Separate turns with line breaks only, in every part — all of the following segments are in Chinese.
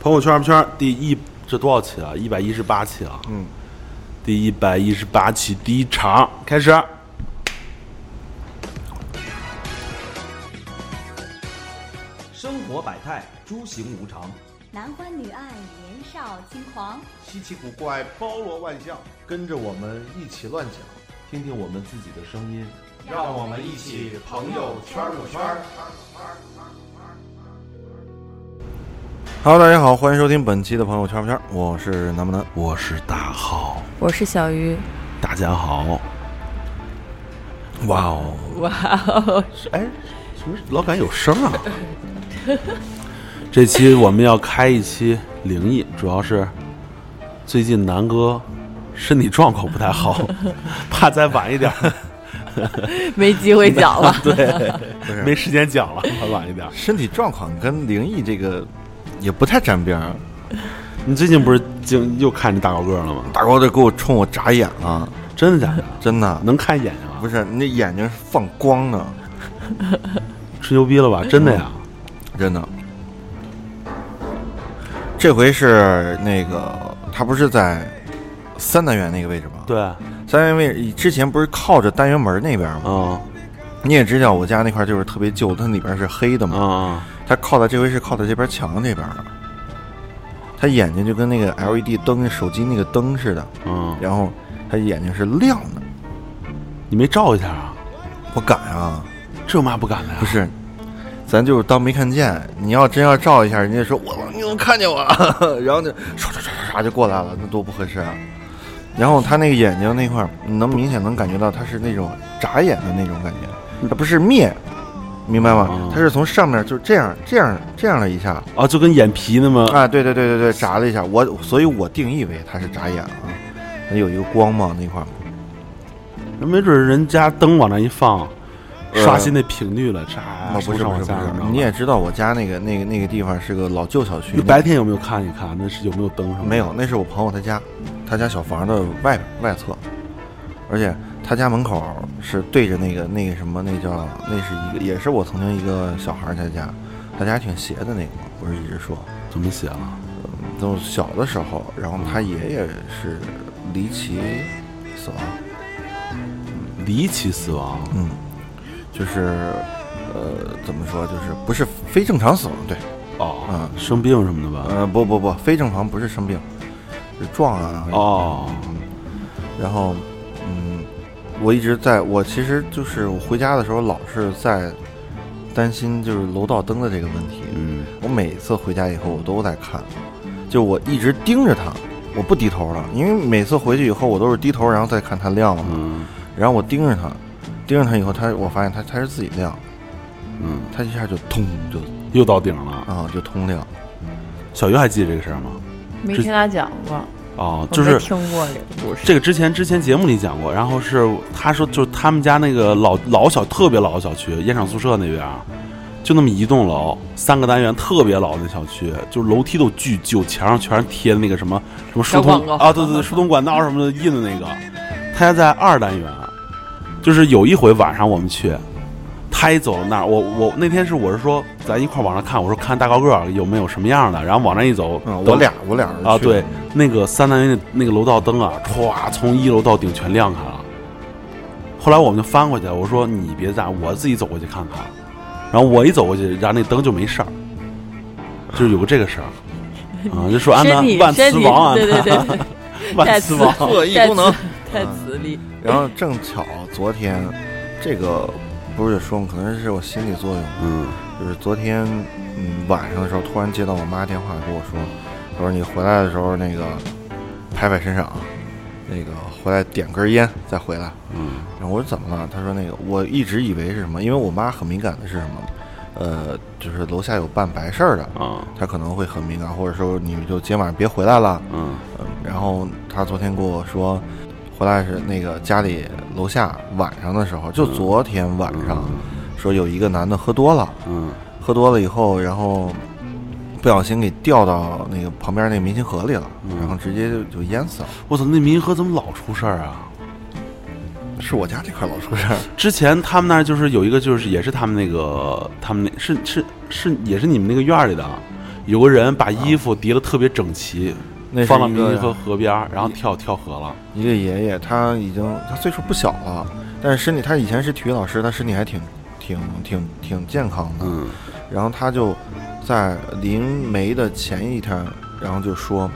朋友圈圈第一这多少期啊？一百一十八期啊！
嗯，
第一百一十八期第一场开始。
生活百态，诸行无常，
男欢女爱，年少轻狂。
稀奇古怪，包罗万象，跟着我们一起乱讲，听听我们自己的声音。
让我们一起朋友圈
入圈。Hello，大家好，欢迎收听本期的朋友圈入圈，我是南不南。
我是大浩，
我是小鱼，
大家好。哇哦！
哇哦，
哎，怎么老感觉有声啊？这期我们要开一期灵异，主要是最近南哥身体状况不太 好，怕再晚一点儿，。
没机会讲了
对，没时间 讲了，怕晚一点儿。
身体状况跟灵异这个也不太沾边儿，
你最近不是经又看见大高个了吗？
大高这给我冲我眨眼了，
真的假的？
真的
能看眼睛啊？
不是，你那眼睛是放光的，
吹牛逼了吧？
嗯
真的呀？
真的。这回是那个，他不是在三单元那个位置吗？，
对，啊、
三单元位置之前不是靠着单元门那边吗？
嗯
你也知道，我家那块就是特别旧，它里边是黑的
啊、
嘛。他靠的这回是靠在这边墙这边的，他眼睛就跟那个 LED 灯手机那个灯似的，
嗯，
然后他眼睛是亮的。
你没照一下啊？
我敢啊！
这嘛不敢的呀
不？是，咱就是当没看见。你要真要照一下，人家说我你怎么看见我了？ 然后就唰唰唰唰唰就过来了，那多不合适啊！然后他那个眼睛那块儿，你能明显能感觉到他是那种眨眼的那种感觉，他不是灭，明白吗
嗯哦？
他是从上面就这样这样这样了一下
啊，就跟眼皮那么
啊！对对对对对，眨了一下。我所以，我定义为他是眨眼了啊，它有一个光嘛那块儿。
啊那没准人家灯往那一放，
呃
刷新那频率了，啥？
啊，不
从
是
上
不
往
是不
下
是
知道，吧
你也知道我家那个那个那个地方是个老旧小区
你，白天有没有看一看？那是有没有灯什么？
没有，，那是我朋友他家，他家小房的外外侧，而且他家门口是对着那个那个什么，那叫那是一个，也是我曾经一个小孩儿他家，他家挺邪的那个，不是一直说，
怎么写了？
就小的时候，然后他爷爷是离奇死亡，
离奇死亡，
嗯，就是呃怎么说，就是不是非正常死亡，对，
哦，生病什么的吧？
呃不不不，非正常不是生病，是撞啊，
哦，
然后，嗯，我一直在我其实就是我回家的时候老是在担心就是楼道灯的这个问题。
嗯，
我每次回家以后我都在看，就我一直盯着它，我不低头了，因为每次回去以后我都是低头，然后再看它亮了嘛。
嗯
然后我盯着它，盯着它以后，它我发现它它是自己亮，
嗯，
它一下就通就
又到顶了。
啊就通亮。
小鱼还记得这个事儿吗？
没听他讲过，
哦，
我
就
没
是
听过这个故事。
这个之前之前节目里讲过，然后是他说就是他们家那个老老小特别老的小区，烟厂宿舍那边啊，就那么一栋楼，三个单元，特别老的小区，就是楼梯都巨旧，墙上全是贴的那个什么什么疏
小
通
广告
啊，对对对，疏通管道什么的印的那个。他家在二单元，就是有一回晚上我们去，他一走到那儿，我我那天是我是说咱一块儿往上看，我说看大高个儿有没有什么样的，然后往那一走，
啊，
等
我俩我俩人
啊，
去
对，那个三单元那那个楼道灯啊，歘，从一楼到顶全亮开了。后来我们就翻过去，我说你别站，我自己走过去看看。然后我一走过去，然后那灯就没事儿，就是有个这个事儿，啊，就说安
身
南
体
万
身
磁
体
王，安
对对
南
对，
万磁王，
特异功能
太磁力，
然后正巧昨天，这个不是说吗？可能是我心理作用，
嗯
就是昨天嗯晚上的时候，突然接到我妈电话跟我说，她说你回来的时候那个拍拍身上，啊，那个回来点根烟再回来。
嗯
然后我说怎么了？她说那个我一直以为是什么，因为我妈很敏感的是什么，呃，就是楼下有办白事儿的，
啊
她可能会很敏感，或者说你就今天晚上别回来了。
嗯
嗯，然后他昨天跟我说，回来是那个家里楼下晚上的时候，就昨天晚上，说有一个男的喝多了，
嗯
喝多了以后，然后不小心给掉到那个旁边那个明星河里了，然后直接就就淹死了。
我操，那民和怎么老出事儿啊？
是我家这块老出事儿，
之前他们那儿就是有一个，就是也是他们那个，他们那是是是也是你们那个院儿里的啊，有个人把衣服叠得特别整齐，
那是
放到
一
明
个
溪河河边儿，然后跳跳河了。
一个爷爷，他已经他岁数不小了，但是身体他以前是体育老师，他身体还挺挺挺挺健康的。
嗯
然后他就在临没的前一天，然后就说，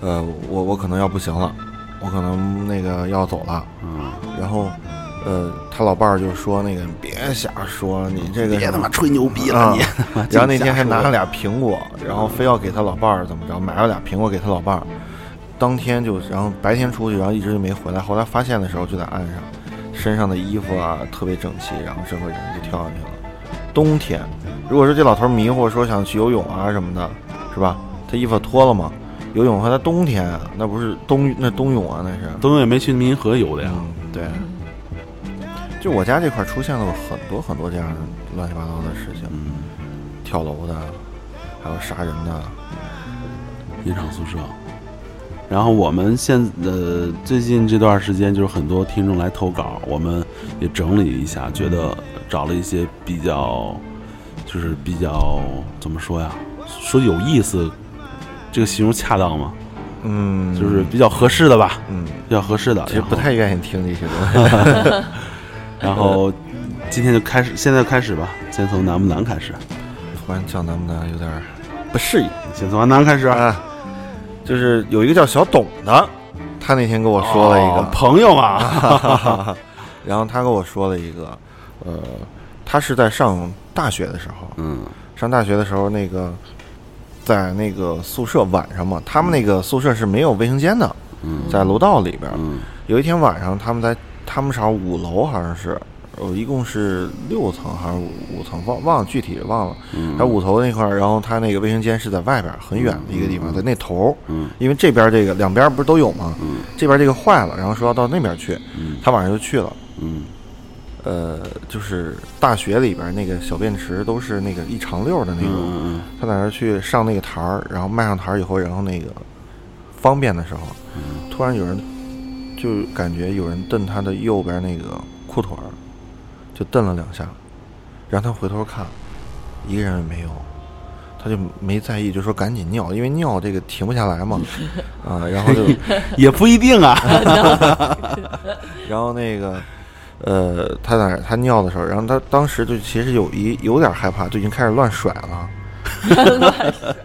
呃，我我可能要不行了，我可能那个要走了。
嗯，
然后，呃，他老伴儿就说那个你别瞎说，你这个什么
吹牛逼
啊
妈
然后那天还拿了
俩，
俩苹果，然后非要给他老伴儿怎么着，买了俩苹果给他老伴儿。当天就，然后白天出去，然后一直就没回来。后来发现的时候就在岸上，身上的衣服啊特别整齐，然后整个人就跳下去了。冬天，如果说这老头迷糊说想去游泳啊什么的，是吧？他衣服脱了嘛，游泳还在冬天，啊那不是冬那冬泳啊那是。
东野没去明溪河游的呀。
嗯，对。就我家这块儿出现了很多很多这样的乱七八糟的事情。
嗯，
跳楼的，还有杀人的。
夜场宿舍。然后我们现呃最近这段时间就是很多听众来投稿，我们也整理一下，觉得找了一些比较，就是比较怎么说呀？说有意思，这个形容恰当吗？
嗯
就是比较合适的吧，
嗯，
比较合适的。
其实
然后
不太愿意听这些 东西。
然后今天就开始，现在开始吧，先从难不难开始，
突然叫咱们的有点儿不适应
先从安南开始。
啊。就是有一个叫小董的，他那天跟我说了一
哦
个，
朋友嘛，
然后他跟我说了一个，呃，他是在上大学的时候，
嗯
上大学的时候那个。在那个宿舍晚上嘛，他们那个宿舍是没有卫生间的，
嗯
在楼道里边儿。
嗯
有一天晚上，他们在他们厂五楼好像是，呃，一共是六层还是五五层，忘忘了具体忘了。
嗯
然后五楼那块儿，然后他那个卫生间是在外边儿很远的一个地方，在那头儿。
嗯
因为这边儿这个两边儿不是都有吗？
嗯
这边儿这个坏了，然后说要到那边儿去，
嗯
他晚上就去了。
嗯
呃，就是大学里边儿那个小便池都是那个一长溜儿的那种，
嗯
他在那儿去上那个台儿，然后迈上台儿以后，然后那个方便的时候，突然有人就感觉有人蹬他的右边那个裤腿儿，就蹬了两下，然后他回头看，一个人也没有，他就没在意，就说赶紧尿，因为尿这个停不下来嘛，啊，然后就
嗯，也不一定 啊。
然后那个，呃，他在那儿他尿的时候，然后他当时就其实有一有点害怕，就已经开始乱甩了，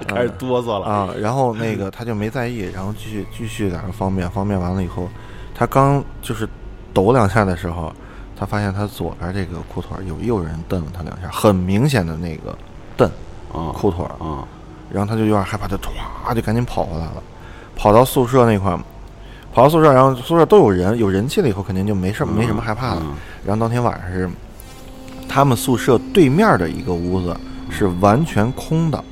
开始哆嗦了。
啊，然后那个他就没在意，然后继续继续在那方便，方便完了以后，他刚就是抖两下的时候，他发现他左边这个裤腿儿有又有人蹬了他两下，很明显的那个蹬
啊
裤腿儿，
啊，
然后他就有点害怕，他歘就赶紧跑回来了，跑到宿舍那块儿，跑到宿舍，然后宿舍都有人，有人气了以后肯定就没事儿没什么害怕了。
嗯
然后当天晚上是他们宿舍对面的一个屋子是完全空的，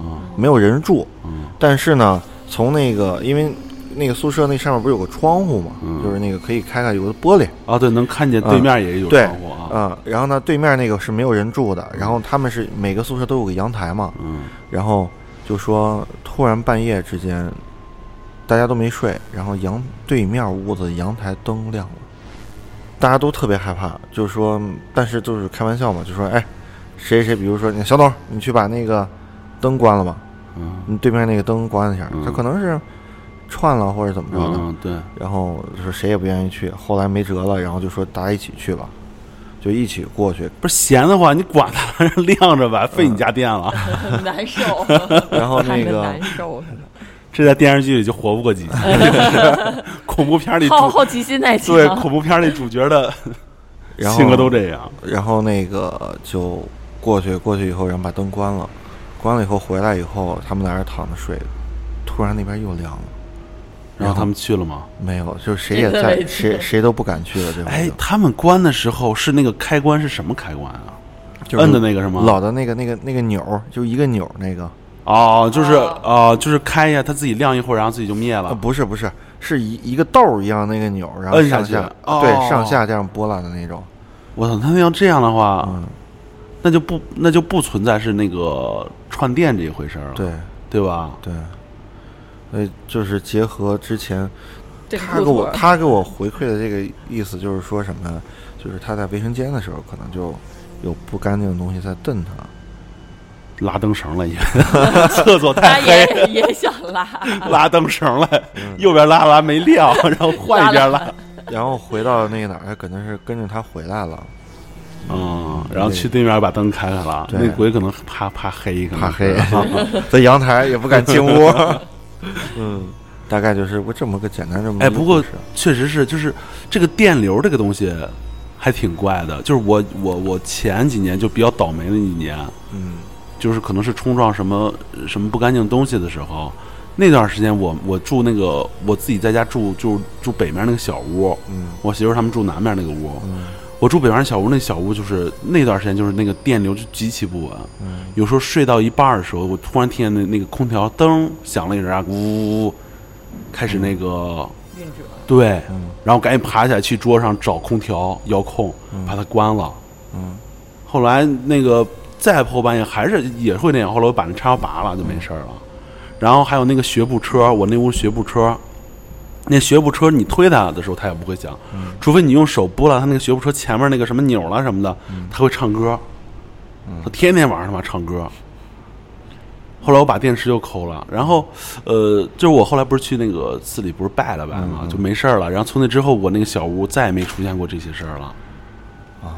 嗯
没有人住。
嗯
但是呢，从那个因为那个宿舍那上面不是有个窗户嘛，
嗯
就是那个可以开开有个玻璃，
啊，对，能看见对面也有
对
窗户，啊。
嗯，然后呢，对面那个是没有人住的，然后他们是每个宿舍都有个阳台嘛，
嗯
然后就说突然半夜之间，大家都没睡，然后阳对面屋子阳台灯亮了，大家都特别害怕，就是说，嗯但是就是开玩笑嘛，就说哎，谁谁，比如说你小董，你去把那个灯关了吧，
嗯
你对面那个灯关一下，
嗯
他可能是串了或者怎么着的，
嗯，对，
然后就是谁也不愿意去，后来没辙了，然后就说大家一起去吧，就一起过去，
不是闲的话，你管它， 让它亮着吧，费你家电了。
很难 受，
然后
看
那
着
个
难受是吧？
这在电视剧里就活不过 几集。恐怖片里主
好好奇心太强
对，恐怖片里主角的
然后
性格都这样。
然后那个就过去，过去以后，然后把灯关了，关了以后回来以后，他们在那儿躺着睡，突然那边又亮了，
然后他们去了吗？
没有，就是谁也
真的
在
没
谁谁都不敢去了，这种
哎，他们关的时候是那个开关是什么开关啊？
就是
摁的那个什么
老的那个那个那个钮儿，就一个钮儿那个，
哦，就是哦，就是开呀，它自己亮一会儿，然后自己就灭
啊
了。
不是不是，是一一个豆儿一样那个钮儿，然后
摁下
上
去
下
哦
对上下这样拨拉的那种，
我操，那要这样的话，
嗯，
那就不那就不存在是那个串电这一回事儿了，
对
对吧？
对，所以就是结合之前
这
他
裤
给
腿
我
儿
他给我回馈的这个意思就是说什么，就是他在卫生间的时候可能就有不干净的东西在蹬他，
拉灯绳 了，也厕所
他
太
也
黑，
也想 拉，
拉灯绳了，
嗯
右边拉拉没亮，然后换一边拉，
然后回到那个哪儿，他可能是跟着他回来了，
嗯，然后去对面把灯开开了，
对
那鬼可能怕怕黑，可能
怕黑
是 啊，
在阳台也不敢进屋。嗯，大概就是我这么个简单这么一个
哎，不过
故事
确实是，就是这个电流这个东西还挺怪的。就是我我我前几年就比较倒霉的一年，
嗯
就是可能是冲撞什么什么不干净东西的时候，那段时间我我住那个我自己在家住就住北面那个小屋，
嗯
我媳妇儿他们住南面那个屋，
嗯
我住北面小屋，那小屋就是那段时间就是那个电流就极其不稳，
嗯
有时候睡到一半儿的时候，我突然听见那那个空调灯响了一声啊，呜呜呜，开始那个
运者
对。
嗯
然后赶紧爬起来去桌上找空调遥控，把它关了。
嗯
后来那个再后半夜还是也会那样，后来我把那插销拔了，就没事儿了。
嗯
然后还有那个学步车，我那屋学步车，那学步车你推它的时候它也不会响，
嗯
除非你用手拨拉它那个学步车前面那个什么钮啊了什么的，
嗯
它会唱歌。它天天晚上他妈唱歌。后来我把电池又抠了，然后，呃，就是我后来不是去那个寺里不是拜了拜嘛，就没事儿了。然后从那之后，我那个小屋再也没出现过这些事儿了。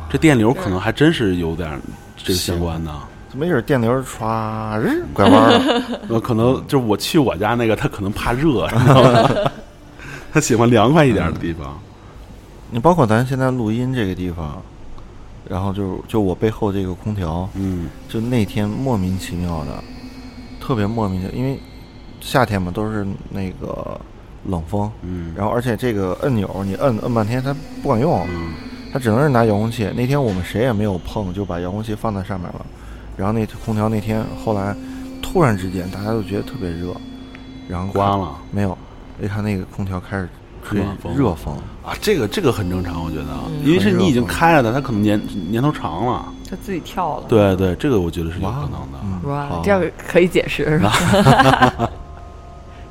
这电流可能还真是有点儿这个相关的。
这没准电流唰日拐弯了，
我呃可能就是我去我家那个，他可能怕热，你知道吗？他喜欢凉快一点的地方。
你包括咱现在录音这个地方，然后就就我背后这个空调，
嗯
就那天莫名其妙的，特别莫名其妙，因为夏天嘛都是那个冷风，
嗯
然后而且这个按钮你摁摁半天它不管用，
嗯
它只能是拿遥控器。那天我们谁也没有碰，就把遥控器放在上面了。然后那空调那天后来突然之间大家都觉得特别热，然后看
关了
没有？一看那个空调开始吹
暖风
热风，
啊，这个这个很正常，我觉得，啊因为是你已经开了的，他可能年年头长了。
他自己跳了，
对对，这个我觉得是有可能的。
嗯
哇
好，
这样可以解释是吧？
啊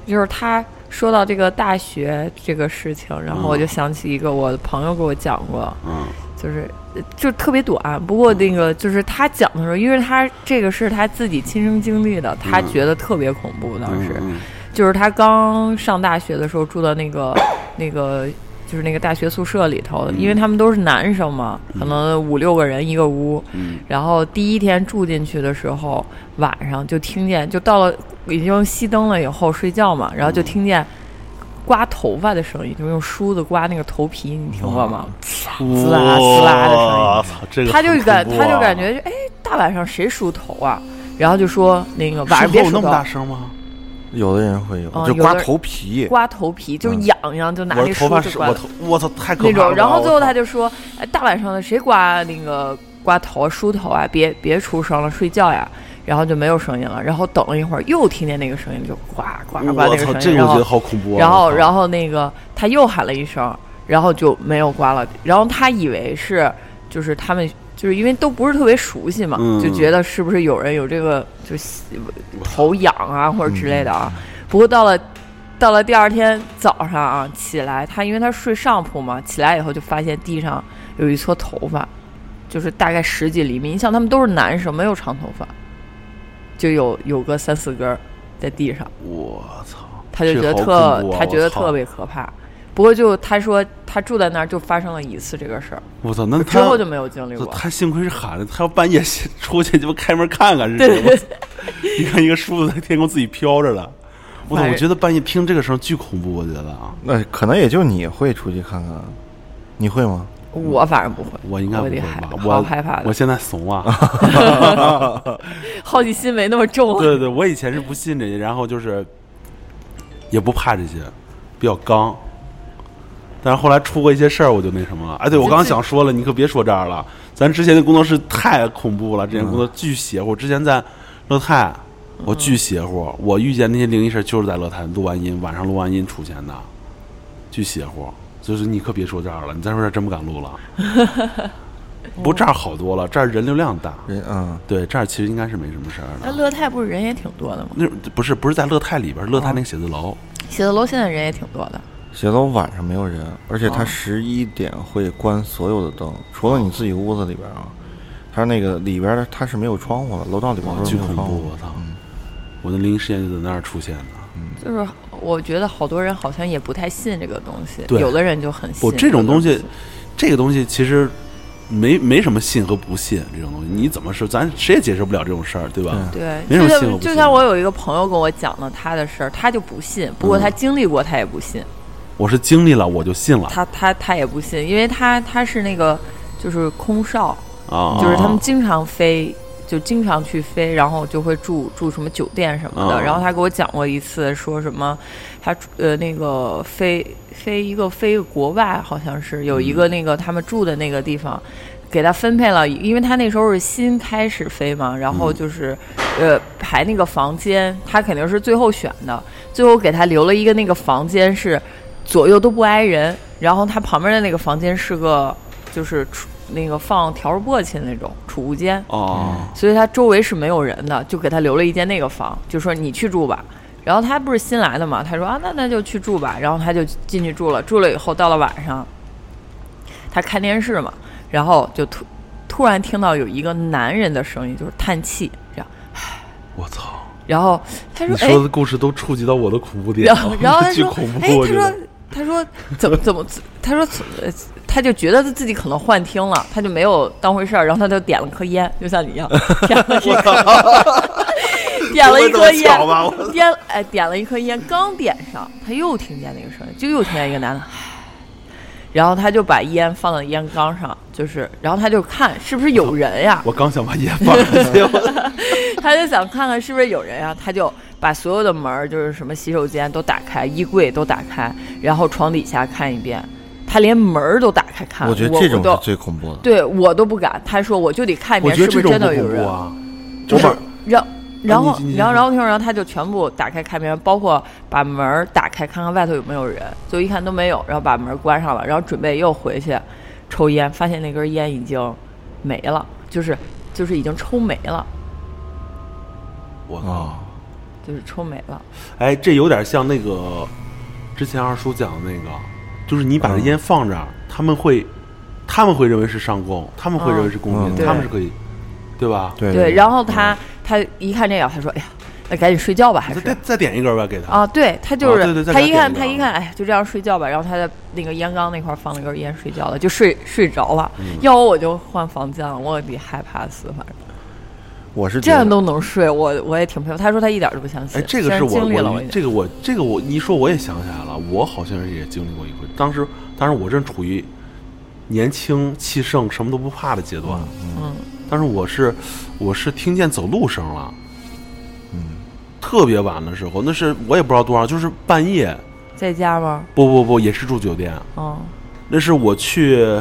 就是他说到这个大学这个事情，然后我就想起一个我的朋友给我讲过，
嗯
就是呃就特别短，不过那个就是他讲的时候，因为他这个是他自己亲身经历的，他
嗯
觉得特别恐怖，当时。
嗯
就是他刚上大学的时候住的 那个那个就是那个大学宿舍里头，
嗯
因为他们都是男生嘛，可能五六个人一个屋。
嗯
然后第一天住进去的时候，晚上就听见，就到了已经熄灯了以后睡觉嘛，然后就听见刮头发的声音，就是用梳子刮那个头皮，你听过吗？
嗯，
滋啦滋啦的声音
哇操这个
他就
很
感
恐
他
怖
就
啊
感觉哎，大晚上谁梳头啊？然后就说那个晚上
事
别
后
梳
那
头
么，大声吗？
有的人会有，
哦
就
有的
刮
人
头皮，
刮头皮就是
嗯
痒痒，就拿
我
那
的
梳
头发
子
是
刮
我。头，我操，太可怕
那
了吧。
种。然后最后他
就
就说：“哎，大晚上的谁刮那个刮头啊梳头啊？别别出声了，睡觉呀。”然后就没有声音了。然后等了一会儿，又听见那个声音，就刮刮刮
我
那
操，
个声
这
音。
个
然
我觉得好
后
恐怖啊。
然后
我操
然后那个他又喊了一声，然后就没有刮了。然后他以为是就是他们。就是因为都不是特别熟悉嘛，
嗯
就觉得是不是有人有这个就是头痒啊或者之类的啊。不过到了到了第二天早上啊，起来他因为他睡上铺嘛，起来以后就发现地上有一撮头发，就是大概十几厘米。你想他们都是男生，没有长头发，就有有个三四根儿在地上，
我操，
他就觉得
这
特、
好恐怖啊
他觉得
我操
特别可怕。不过就他说他住在那儿就发生了一次这个事儿，
我操，那
之
他
后就没有经历过。
他幸亏是喊的，他要半夜 出去，鸡巴开门看看是什么。你看一个梳子在天空自己飘着了，我操！
反
我
正
觉得半夜听这个声巨恐怖，我觉得啊，
那可能也就你会出去看看，你会吗？
我反正不会，
我应该不
得
会
害
吧？
好
我
害怕
我
的，
现在怂啊了。
好奇心没那么重啊 了。
对对，我以前是不信这些，然后就是也不怕这些，比较刚。但是后来出过一些事儿，我就那什么了。哎，对我刚刚想说了，你可别说这儿了。咱之前的工作室太恐怖了，之前工作巨邪乎。之前在乐泰，我巨邪乎。我遇见那些灵异事儿就是在乐泰录完音，晚上录完音出现的，巨邪乎。就是你可别说这儿了，你再说这儿真不敢录了。不过这儿好多了，这儿人流量大。
人嗯，
对，这儿其实应该是没什么事儿的。
那乐泰不是人也挺多的吗？
那不是不是在乐泰里边儿，乐
哦
泰那个写字楼，
写字楼现在人也挺多的。
写楼晚上没有人，而且他十一点会关所有的灯，除了你自己屋子里边啊，它那个里边儿它是没有窗户的，楼道里边
哇
儿，都是
巨
没有
恐
窗户
怖！我
的。
操！
嗯
我的灵异事件就在那儿出现的。
就是我觉得好多人好像也不太信这个东西，
对
有的人就很信。
不这种
有的人
东西
不信
这个东西其实没没什么信和不信这种东西，你怎么是咱谁也解释不了这种事儿，对吧？
对
对，
没人
就
信我
像
不
就
信
像我有一个朋友跟我讲了他的事儿，他就不信，不
嗯
过他经历过，他也不信，
我是经历了，我就信了
他他他也不信，因为他他是那个就是空少，
啊，
就是他们经常飞，就经常去飞，然后就会住住什么酒店什么的。
哦
然后他给我讲过一次，说什么他住呃那个飞飞一个飞一个国外，好像是有一个那个他们住的那个地方。给他分配了，因为他那时候是新开始飞嘛，然后就是，呃，排那个房间，他肯定是最后选的，最后给他留了一个那个房间是左右都不挨人，然后他旁边的那个房间是个就是储那个放笤帚簸箕那种储物间，
嗯
哦，
所以他周围是没有人的，就给他留了一间那个房，就说你去住吧。然后他不是新来的嘛，他说啊，那那就去住吧。然后他就进去住了，住了以后到了晚上，他看电视嘛，然后就突突然听到有一个男人的声音，就是叹气这样。
我操！
然后他说
你：“
哎，
说的故事都触及到我的恐怖点
然后
了，
然后 他
巨
说
恐，
哎
怖，，我
他
觉
说
得。
他说怎么怎么，他说呃他就觉得自己可能幻听了，他就没有当回事儿，然后他就点了颗烟，就像你一样，点了一颗，点了一颗
不会这么巧吧
烟，点哎点了一颗烟，刚点上，他又听见那个声音，就又听见一个男的。然后他就把烟放到烟缸上，就是，然后他就看是不是有人呀？
我刚想把烟放进 去，我
他就想看看是不是有人啊，他就把所有的门儿，就是什么洗手间都打开，衣柜都打开，然后床底下看一遍，他连门儿都打开
啊
看。
我
我
觉得这种
啊我都
是最恐怖的。
对我都不敢。他说我就得看一
我
遍
觉
是
得这
不是
种
真
不
的有
恐
人
怖。啊。
就
我
是
把
让。然后
啊你你，
然后，然后听说，然后他就全部打开开门，包括把门儿打开，看看外头有没有人，就一看都没有，然后把门儿关上了，然后准备又回去抽烟，发现那根烟已经没了，就是就是已经抽没了，
我
啊
操！
就是抽没了。
哎，这有点像那个之前二叔讲的那个，就是你把这
嗯
烟放这儿，他们会他们会认为是上供，他们会认为是供
嗯
品，
对
他们是可以，对吧？
对
对，
对，
然后
嗯
他他一看这个，他说：“哎呀，那赶紧睡觉吧，还
再
是
再再点一根吧，给他。
啊？”对他就
啊
是、
对对再
他
给
一
他
看
点
他
一
一
个
看，哎呀，就这样睡觉吧。然后他在那个烟缸那块儿放了根烟，睡觉了，就睡睡着了。
嗯
要我我就换房间了，我得害怕死，反正
我是
这
觉得
样都能睡，我我也挺佩服。他说他一点儿都不相信，
哎，这个
虽
是
然
我
经历了
我
我一点
这个我这个我你一说我也想起来了，我好像是也经历过一回。当时当时我正处于年轻气盛、什么都不怕的阶段。
嗯，
但是我是我是听见走路声了，嗯，特别晚的时候，那是我也不知道多少，就是半夜。
在家吗？
不不不，也是住酒店，
嗯，
那是我去。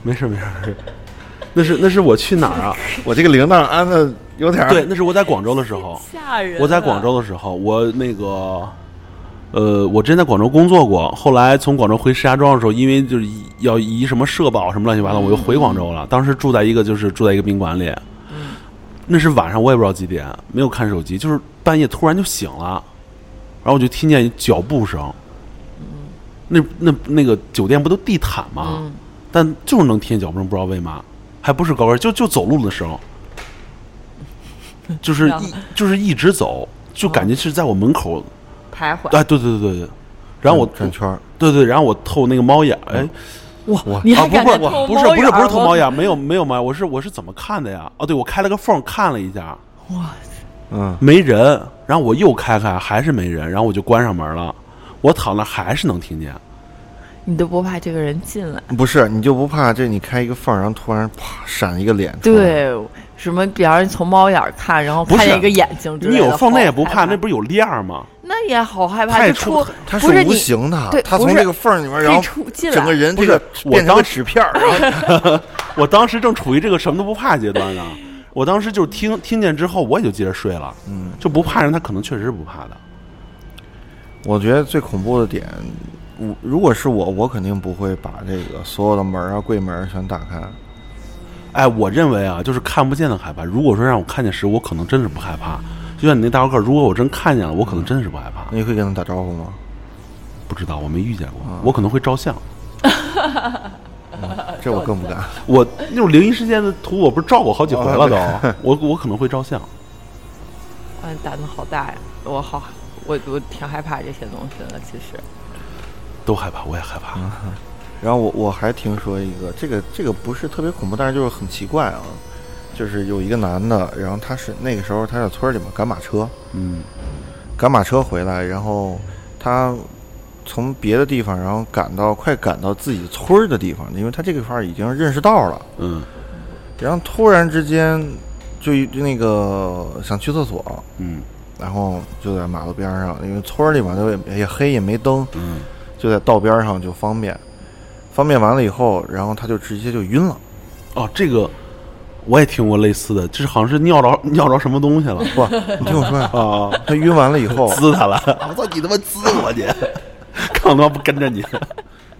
没事没事，那是那是我去哪儿啊？
我这个铃铛安的有点儿
对，那是我在广州的时候。
吓人！啊
我在广，州的时候，我那个，呃，我之前在广州工作过，后来从广州回石家庄的时候，因为就是移要移什么社保什么乱七八糟，我又回广州了。当时住在一个就是住在一个宾馆里，那是晚上，我也不知道几点，没有看手机，就是半夜突然就醒了，然后我就听见脚步声。那那那个酒店不都地毯吗？
嗯
但就是能听见脚步声，不知道为嘛，还不是高跟，就就走路的声，就是
然后
一就是一直走，就感觉是在我门口，
嗯徘徊。
哎，对对对对对，然后我
转圈儿，
对对，然后我透那个猫眼，哎，
哇，你
啊
还
不
敢
不
在
不
偷
不是不是不是偷猫
眼
眼，没有没有猫眼，我是我是怎么看的呀？哦，对，我开了个缝看了一下，
嗯，
没人，然后我又开开还是没人，然后我就关上门了，我躺那还是能听见，
儿？你都不怕这个人进来？
不是，你就不怕这你开一个缝儿，然后突然啪闪一个脸出来？
对，什么比方说从猫眼儿看，然后
嗯不
看
是
见一个眼睛之
你
类的，
有缝那也不
好
怕，
害
那不是有链儿吗？
那也好害怕，
太
就
出
出
它
不是
无
你
形的
对，
它
不
从
是
这个缝儿里面，
这
然后
出进来
整个人这
不是
个
我
变成
当
个纸片儿，然 后
我当时正处于这个什么都不怕阶段呢，我当时就是听听见之后，我也就接着睡了，嗯，就不怕人，他可能确实是不怕的，
我觉得最恐怖的点，我如果是我，我肯定不会把这个所有的门儿啊、柜门儿全打开。
哎，我认为啊，就是看不见的害怕。如果说让我看见时，我可能真是不害怕。就像你那大高个儿，如果我真看见了，我可能真是不害怕。
嗯
你会跟他打招呼吗？
不知道，我没遇见过，我可能会照相。
这我更不敢。
我那种灵异事件的图，我不是照过好几回了
哦
都，我我可能会照相。
啊，你胆子好大呀！我好，我我挺害怕这些东西的。其实，
都害怕，我也害怕。
然后我我还听说一个，这个这个不是特别恐怖，但是就是很奇怪啊，就是有一个男的，然后他是那个时候他在村里嘛赶马车，
嗯
赶马车回来，然后他从别的地方，然后赶到快赶到自己村儿的地方，因为他这个块儿已经认识道了，
嗯
然后突然之间就一那个想去厕所，
嗯
然后就在马路边上，因为村儿里嘛都也也黑也没灯，
嗯
就在道边上就方便，方便完了以后，然后他就直接就晕了。
哦，这个我也听过类似的，这好像是尿着尿着什么东西 了
不，你听我说呀，
啊，
他晕完了以后，
滋他了！我操，你他妈滋我 你！看我他妈不跟着你。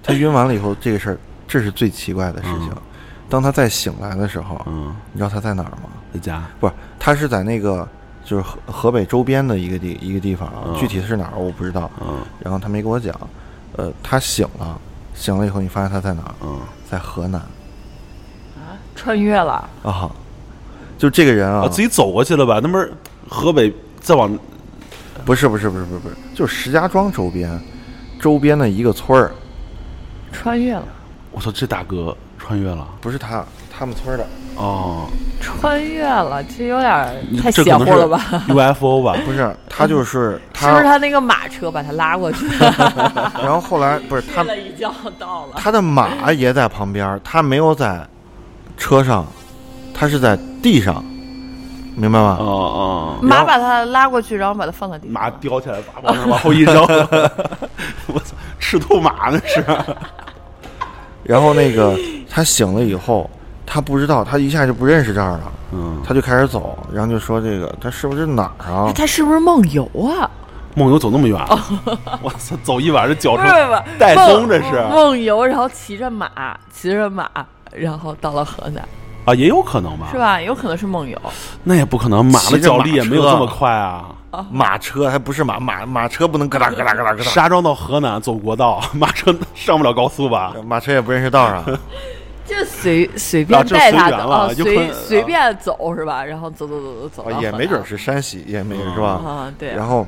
他晕完了以后，这个事儿，这是最奇怪的事情。当他再醒来的时候，
嗯，
你知道他在哪儿吗？
在家
不是，他是在那个就是河河北周边的一个地一个地方啊
嗯，
具体是哪儿我不知道。
嗯
然后他没给我讲，呃，他醒了，醒了以后，你发现他在哪儿？
嗯，
在河南
穿越了，
啊。就这个人啊
啊，，自己走过去了吧？那不是河北再往
不是不是不是不是不是，就是石家庄周边，周边的一个村儿，
穿越了，
我操，这大哥穿越了
不是他他们村儿的，
哦，
穿越了，这有点儿
你
太
嗯这
邪
可能
乎
是
了吧？
？UFO 吧？
不是他就是
是不
他，
是他那个马车把他拉过去？
然后后来不是
睡
他
了一觉到了，
他的马也在旁边儿，他没有在车上，他是在地上，明白
哦
吗？
哦，
马把他拉过去，然后把他放在地上。
马叼起来，把往上往后一扔， 我操，赤兔马那是。
然后那个他醒了以后，他不知道，他一下就不认识这儿了，
嗯，
他就开始走，然后就说这个他是不是哪儿啊
哎，？他是不是梦游啊？
梦游走那么远， 我操，走一晚上脚
不
程
哦是不是，
带风
梦
这是
梦游，然后骑着马，骑着马，然后到了河南，
啊，也有可能吧？
是？吧？有可能是梦游。
那也不可能，马的
骑着
脚
马
力也没有
车
这么快啊。
马车还不是马马马车不能咯哒咯哒咯哒咯
石
哒，
家庄到河南走国道，马车上不了高速吧？
马车也不认识道啊。
就随随
啊
便
这
带
随
他
缘
走，
了
啊
就
随
很
随
啊哦
便走是吧？然后走走走走走到
啊，
河南，
也没准是山西，也没是吧？
啊对啊
然后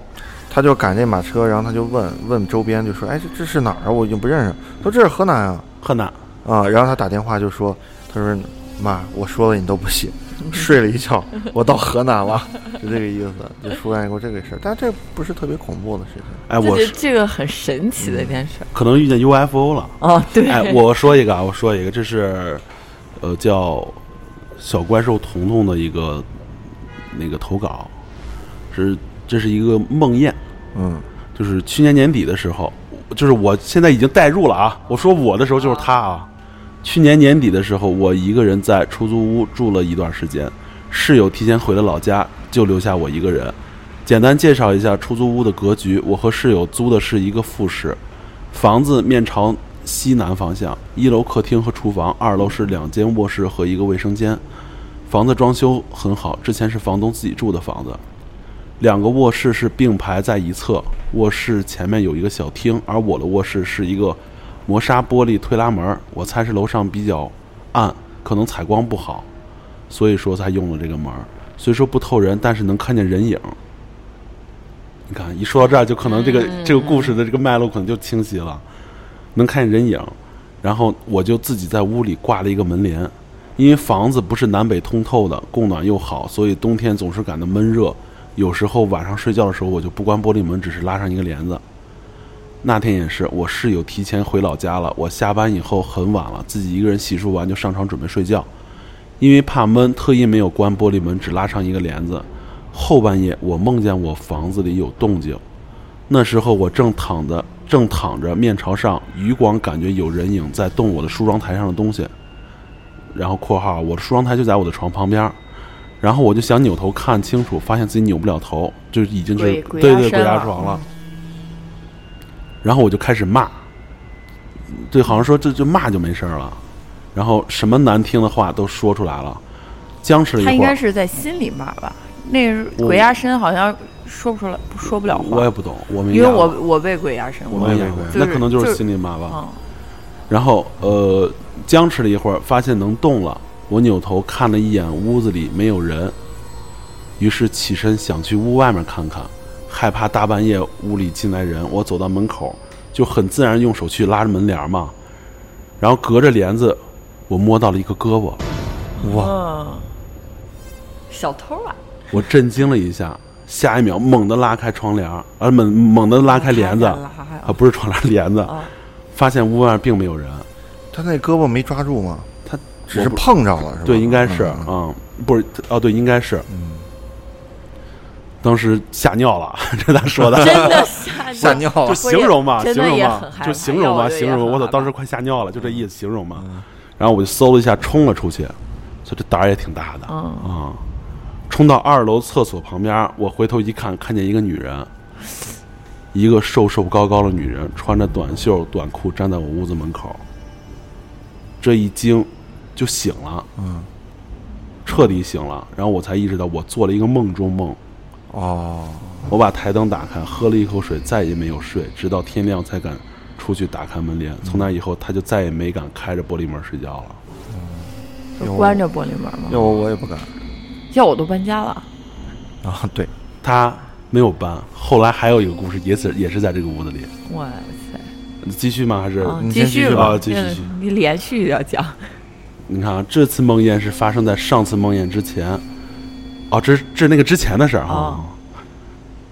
他就赶这马车，然后他就问问周边，就说：“哎，这这是哪儿啊？我已经不认识。”说：“这是河南啊。
河南，”
啊，然后他打电话就说：“他说妈，我说了你都不信，睡了一觉，我到河南了， 就这个意思，就出现过这个事儿。但这不是特别恐怖的事情。
哎，
这
我
就是这个很神奇的一件事儿。
可能遇见 UFO 了。
哦，对，
哎，我说一个啊，我说一个，这是呃叫小怪兽彤彤的一个那个投稿，是这是一个梦魇，
嗯，
就是去年年底的时候，就是我现在已经代入了啊，我说我的时候就是他啊。去年年底的时候，我一个人在出租屋住了一段时间，室友提前回了老家，就留下我一个人。简单介绍一下出租屋的格局，我和室友租的是一个复式，房子面朝西南方向，一楼客厅和厨房，二楼是两间卧室和一个卫生间。房子装修很好，之前是房东自己住的房子，两个卧室是并排在一侧，卧室前面有一个小厅，而我的卧室是一个磨砂玻璃推拉门儿，我猜是楼上比较暗，可能采光不好，所以说才用了这个门儿。虽说不透人，但是能看见人影。你看，一说到这儿，就可能这个、这个故事的这个脉络可能就清晰了，能看见人影。然后我就自己在屋里挂了一个门帘，因为房子不是南北通透的，供暖又好，所以冬天总是感到闷热。有时候晚上睡觉的时候，我就不关玻璃门，只是拉上一个帘子。那天也是，我室友提前回老家了，我下班以后很晚了，自己一个人洗漱完就上床准备睡觉。因为怕闷，特意没有关玻璃门，只拉上一个帘子。后半夜，我梦见我房子里有动静，那时候我正躺着，正躺着，面朝上，余光感觉有人影在动我的梳妆台上的东西。然后（括号）我的梳妆台就在我的床旁边儿，然后我就想扭头看清楚，发现自己扭不了头，就已经是
鬼鬼
对
压
对
身
鬼压
了嗯
床了。然后我就开始骂，对，好像说这就骂就没事儿了，然后什么难听的话都说出来了，僵持了一会
他
儿。
应该是在心里骂吧？那是
我
鬼压身好像说不出来，说不了
我
话
也，不懂，我没
因为
养
我我被鬼压身过，
我没养过
就是
那可能
就是
心理骂吧。
嗯，
然后呃僵持了一会儿，发现能动了，我扭头看了一眼屋子里没有人，于是起身想去屋外面看看，害怕大半夜屋里进来人，我走到门口就很自然用手去拉着门帘儿嘛，然后隔着帘子我摸到了一个胳膊，
哇，
嗯，小偷啊，
我震惊了一下，下一秒猛地拉开窗帘儿，呃猛猛地拉开帘子，
嗯拉开
啊
了还有
不是窗帘帘子，
啊，
发现屋外并没有人，
他那胳膊没抓住吗？
他
只是碰着了，是吧？
对，应该是
嗯嗯
嗯，不是哦，对，应该是。当时吓尿了， 这咋说的？
真的吓
吓尿
就
了。
形容嘛，
我也
形容
真的也
嘛
很害，怕
就形容嘛，
要我就也
形容。
很
我操，
害怕嗯
当时快吓尿了，就这意思，形容嘛。然后我就搜了一下，冲了出去，所以这胆儿也挺大
嗯
的啊、冲到二楼厕所旁边，我回头一看，看见一个女人，一个瘦瘦高高的女人，穿着短袖短裤站在我屋子门口。这一惊，就醒了，嗯，彻底醒了。然后我才意识到，我做了一个梦中梦。
哦，
我把台灯打开，喝了一口水，再也没有睡，直到天亮才敢出去打开门帘。从那以后，他就再也没敢开着玻璃门睡觉了。
就关着玻璃门吗？
要我我也不敢
要我都搬家了，
啊。对，
他没有搬。后来还有一个故事，也是也是在这个屋子里。
哇塞！
继续吗？还是、
啊，
你
继
先
续
继续
吧
吧，
啊继续
嗯
继续
你连续要讲，
你看啊，这次梦魇是发生在上次梦魇之前。哦，这是这是那个之前的事儿哈、
哦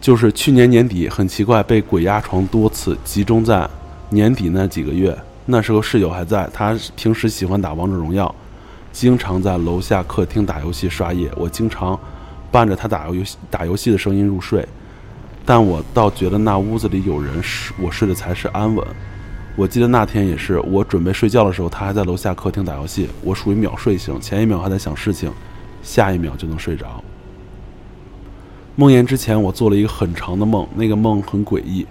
就是去年年底，很奇怪被鬼压床多次，集中在年底那几个月。那时候室友还在，他平时喜欢打王者荣耀，经常在楼下客厅打游戏刷夜。我经常伴着他打游戏打游戏的声音入睡，但我倒觉得那屋子里有人，是我睡的才是安稳。我记得那天也是，我准备睡觉的时候，他还在楼下客厅打游戏。我属于秒睡型，前一秒还在想事情，下一秒就能睡着。梦魇之前，我做了一个很长的梦，那个梦很诡异。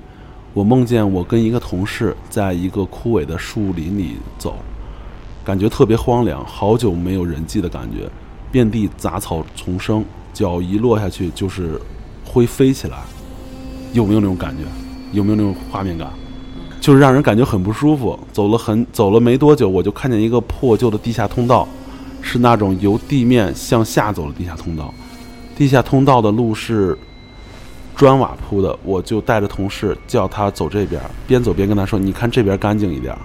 我梦见我跟一个同事在一个枯萎的树林里走，感觉特别荒凉，好久没有人迹的感觉，遍地杂草丛生，脚一落下去就是灰飞起来。有没有那种感觉？有没有那种画面感？就是让人感觉很不舒服。走了很走了没多久，我就看见一个破旧的地下通道，是那种由地面向下走的地下通道。地下通道的路是砖瓦铺的，我就带着同事叫他走这边儿，边走边跟他说：“你看这边干净一点儿，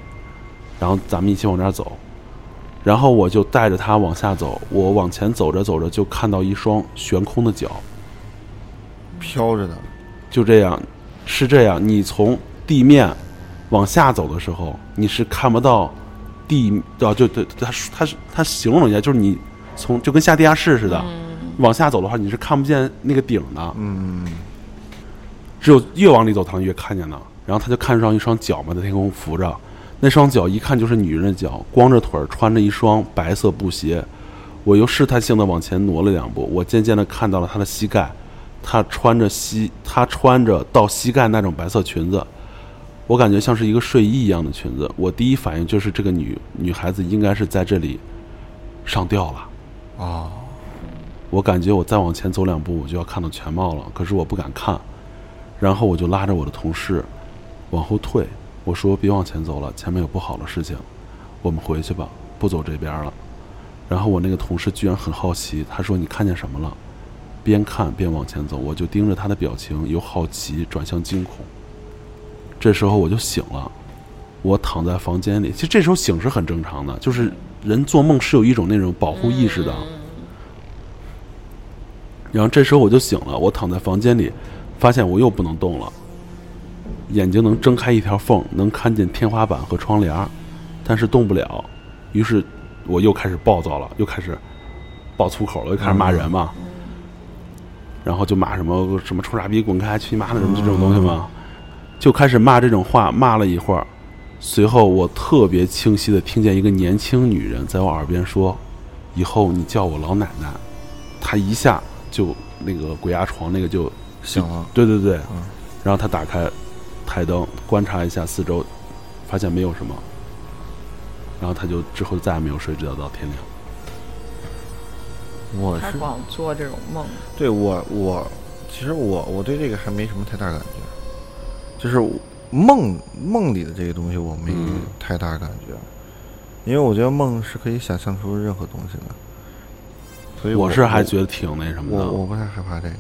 然后咱们一起往这儿走。”然后我就带着他往下走，我往前走着走着就看到一双悬空的脚，
飘着的，
就这样，是这样。你从地面往下走的时候，你是看不到地啊，就对，他他是他形容一下，就是你从就跟下地下室似的，往下走的话，你是看不见那个顶的。嗯，只有越往里走，才能越看见的。然后他就看上一双脚嘛，在天空浮着，那双脚一看就是女人的脚，光着腿儿，穿着一双白色布鞋。我又试探性的往前挪了两步，我渐渐的看到了她的膝盖，她穿着膝，她穿着到膝盖那种白色裙子，我感觉像是一个睡衣一样的裙子。我第一反应就是这个女女孩子应该是在这里上吊了。
哦，
我感觉我再往前走两步，我就要看到全貌了，可是我不敢看。然后我就拉着我的同事往后退，我说别往前走了，前面有不好的事情，我们回去吧，不走这边了。然后我那个同事居然很好奇，他说你看见什么了？边看边往前走，我就盯着他的表情，由好奇转向惊恐。这时候我就醒了，我躺在房间里。其实这时候醒是很正常的，就是人做梦是有一种那种保护意识的。然后这时候我就醒了，我躺在房间里，发现我又不能动了，眼睛能睁开一条缝，能看见天花板和窗帘儿，但是动不了。于是我又开始暴躁了，又开始爆粗口了，又开始骂人嘛。然后就骂什么什么臭傻逼滚开去你妈的什么就这种东西嘛，就开始骂这种话，骂了一会儿，随后我特别清晰的听见一个年轻女人在我耳边说：“以后你叫我老奶奶。”她一下就那个鬼压床那个就
醒了，
对对对，
嗯
然后他打开台灯，观察一下四周，发现没有什么，然后他就之后再也没有睡，直到到天亮。
我
还
是
光做这种梦，
对我我其实我我对这个还没什么太大感觉，就是我梦梦里的这个东西我没
嗯
太大感觉，因为我觉得梦是可以想象出任何东西的，所以
我是还觉
得
得挺那什么
我
的。
我不太害怕这个，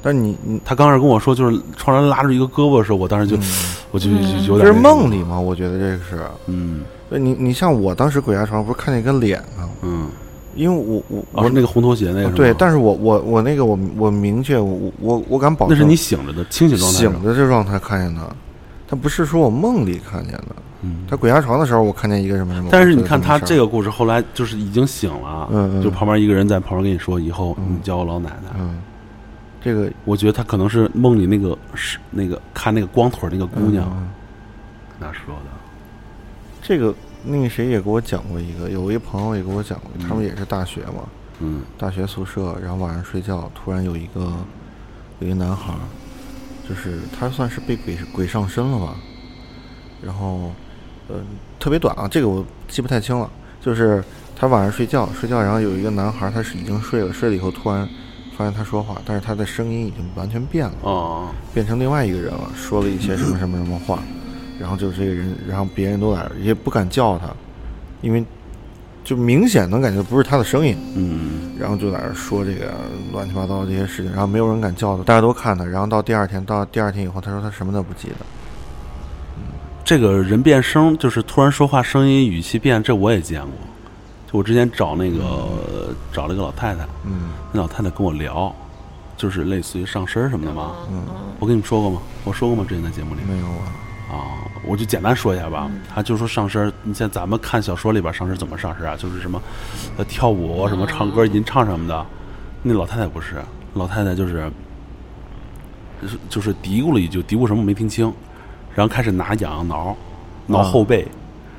但你你嗯
他刚开始跟我说，就是突然拉住一个胳膊的时候，我当时就，我就就就 有
这
点那
是
什么
梦里吗？我觉得这个是，
嗯
对你你像我当时鬼压床不是看见一个脸吗？
嗯，
因为我我
哦，
我、
是那个红拖鞋那个是吗
对，但是我我我那个我我明确我我我敢保
那
证
哦是你醒着的清醒状态是吧，
嗯醒的这状态看见的，他不是说我梦里看见的，
嗯
他鬼压床的时候我看见一个什么什么。
但是你看他这
个，
个故事后来就是已经醒了，
嗯嗯
就旁边一个人在旁边跟你说，以后
嗯
你叫我老奶奶。
嗯，这个
我觉得他可能是梦里那个是那个看那个光腿儿那个姑娘
嗯
那说的，
这个那个谁也给我讲过一个，有一朋友也给我讲过，他们也是大学嘛，
嗯
大学宿舍，然后晚上睡觉，突然有一个有一个男孩儿，就是他算是被鬼鬼上身了吧，然后呃特别短啊，这个我记不太清了，就是他晚上睡觉睡觉，然后有一个男孩儿，他是已经睡了，睡了以后突然发现他说话，但是他的声音已经完全变了，
哦，
变成另外一个人了，说了一些什么什么什么话，然后就是这个人，然后别人都来了也不敢叫他，因为就明显能感觉不是他的声音。
嗯
然后就在那儿说这个乱七八糟的这些事情，然后没有人敢叫他，大家都看他。然后到第二天，到第二天以后，他说他什么都不记得。
这个人变声就是突然说话声音语气变，这我也见过。就我之前找那个找了一个老太太，
嗯，
那老太太跟我聊，就是类似于上身儿什么的嘛。我跟你们说过吗？我说过吗？之前在节目里
没有啊，
啊，我就简单说一下吧。他就说上身儿，你像咱们看小说里边上身儿怎么上身儿啊？就是什么，呃，跳舞什么唱歌吟唱什么的。那老太太不是，老太太就是，就是就是嘀咕了一句，嘀咕什么没听清，然后开始拿痒痒挠，挠后背，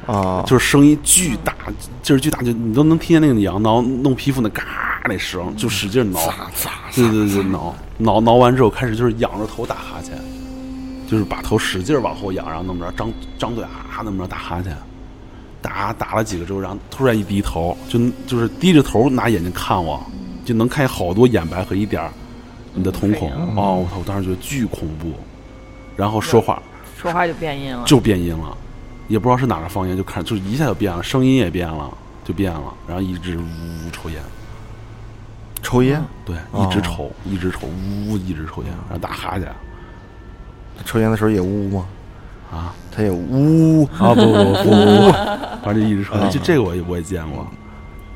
啊，
就是声音巨大，劲儿巨大，就你都能听见那个痒挠弄皮肤那嘎那声，就使劲挠，对对对，挠挠挠完之后开始就是仰着头打哈欠，就是把头使劲儿往后仰，然后那么着张张嘴啊那么着打哈欠，打打了几个之后，然后突然一低头，就就是低着头拿眼睛看我，就能看见好多眼白和一点儿你的瞳孔，哦，我操！我当时觉得巨恐怖，然后说话。
说话就变音了。
就变音了，也不知道是哪个方言，就看就一下就变了，声音也变了，就变了，然后一直呜呜呜抽烟，
抽烟，
对，
哦
一直抽，一直抽，呜呜一直抽烟，然后打哈欠
他抽烟的时候也呜吗？
嗯啊
他也呜，
啊不不不不，嗯反正就一直抽烟，就这个我也我也见过，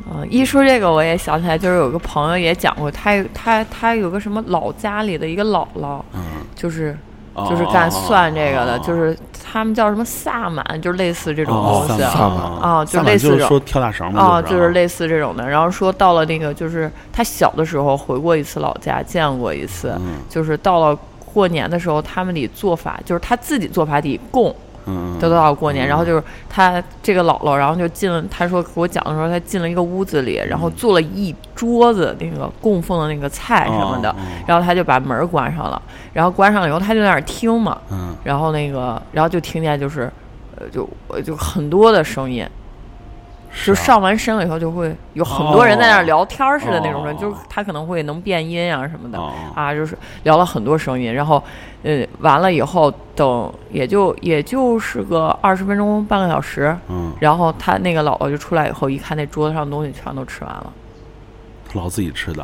嗯，一说这个我也想起来，就是有个朋友也讲过，他他他有个什么老家里的一个姥姥，
嗯，
就是
哦
就是干算这个的，
哦哦
就是他们叫什么萨满，就是类似这种
哦
东西。
萨满
啊就
萨满
类似
就是
这种
说跳大绳嘛，
哦，
啊
就是类似这种的。然后说到了那个，就是他小的时候回过一次老家，见过一次，
嗯
就是到了过年的时候，他们里做法就是他自己做法得供，
嗯
都到了过年，然后就是他这个姥姥，然后就进了，他说给我讲的时候，他进了一个屋子里，然后
嗯
做了一桌子那个供奉的那个菜什么的
哦哦哦，
然后他就把门关上了，然后关上了以后，他就在那儿听嘛，
嗯
然后那个，然后就听见就是，呃，就呃就很多的声音，
啊
就上完身了以后就会有很多人在那儿聊天儿似的那种
哦
人，就是他可能会能变音啊什么的
哦
啊，就是聊了很多声音，然后呃完了以后等也就也就是个二十分钟半个小时，
嗯，
然后他那个姥姥就出来以后一看那桌子上的东西全都吃完了。
老自己吃的，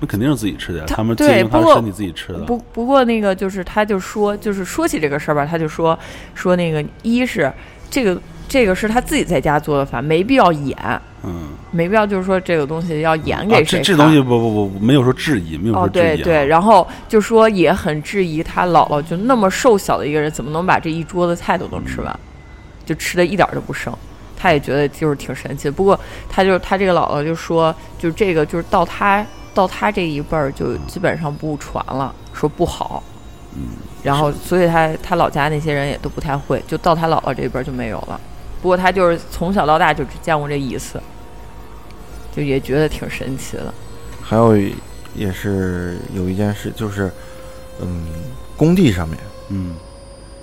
那肯定是自己吃的，
他
他们借
对
用他
不
的
过
身体自己吃的，
不不过那个就是，他就说，就是说起这个事儿吧，他就说说那个一是这个这个是他自己在家做的饭，没必要演，
嗯。
没必要就是说这个东西要演
啊
给谁
这
看。
这东西不不不，没有说质疑，没有说
哦，
质疑啊、
对对，然后就说也很质疑他姥姥就那么瘦小的一个人，怎么能把这一桌子菜都能吃完，就吃的一点儿都不剩。他也觉得就是挺神奇的，不过他就他这个姥姥就说，就这个就是到他到他这一辈儿就基本上不传了，说不好。然后所以他他老家那些人也都不太会，就到他姥姥这一辈儿就没有了。不过他就是从小到大就只见过这一次，就也觉得挺神奇的。
还有也是有一件事，就是嗯，工地上面
嗯，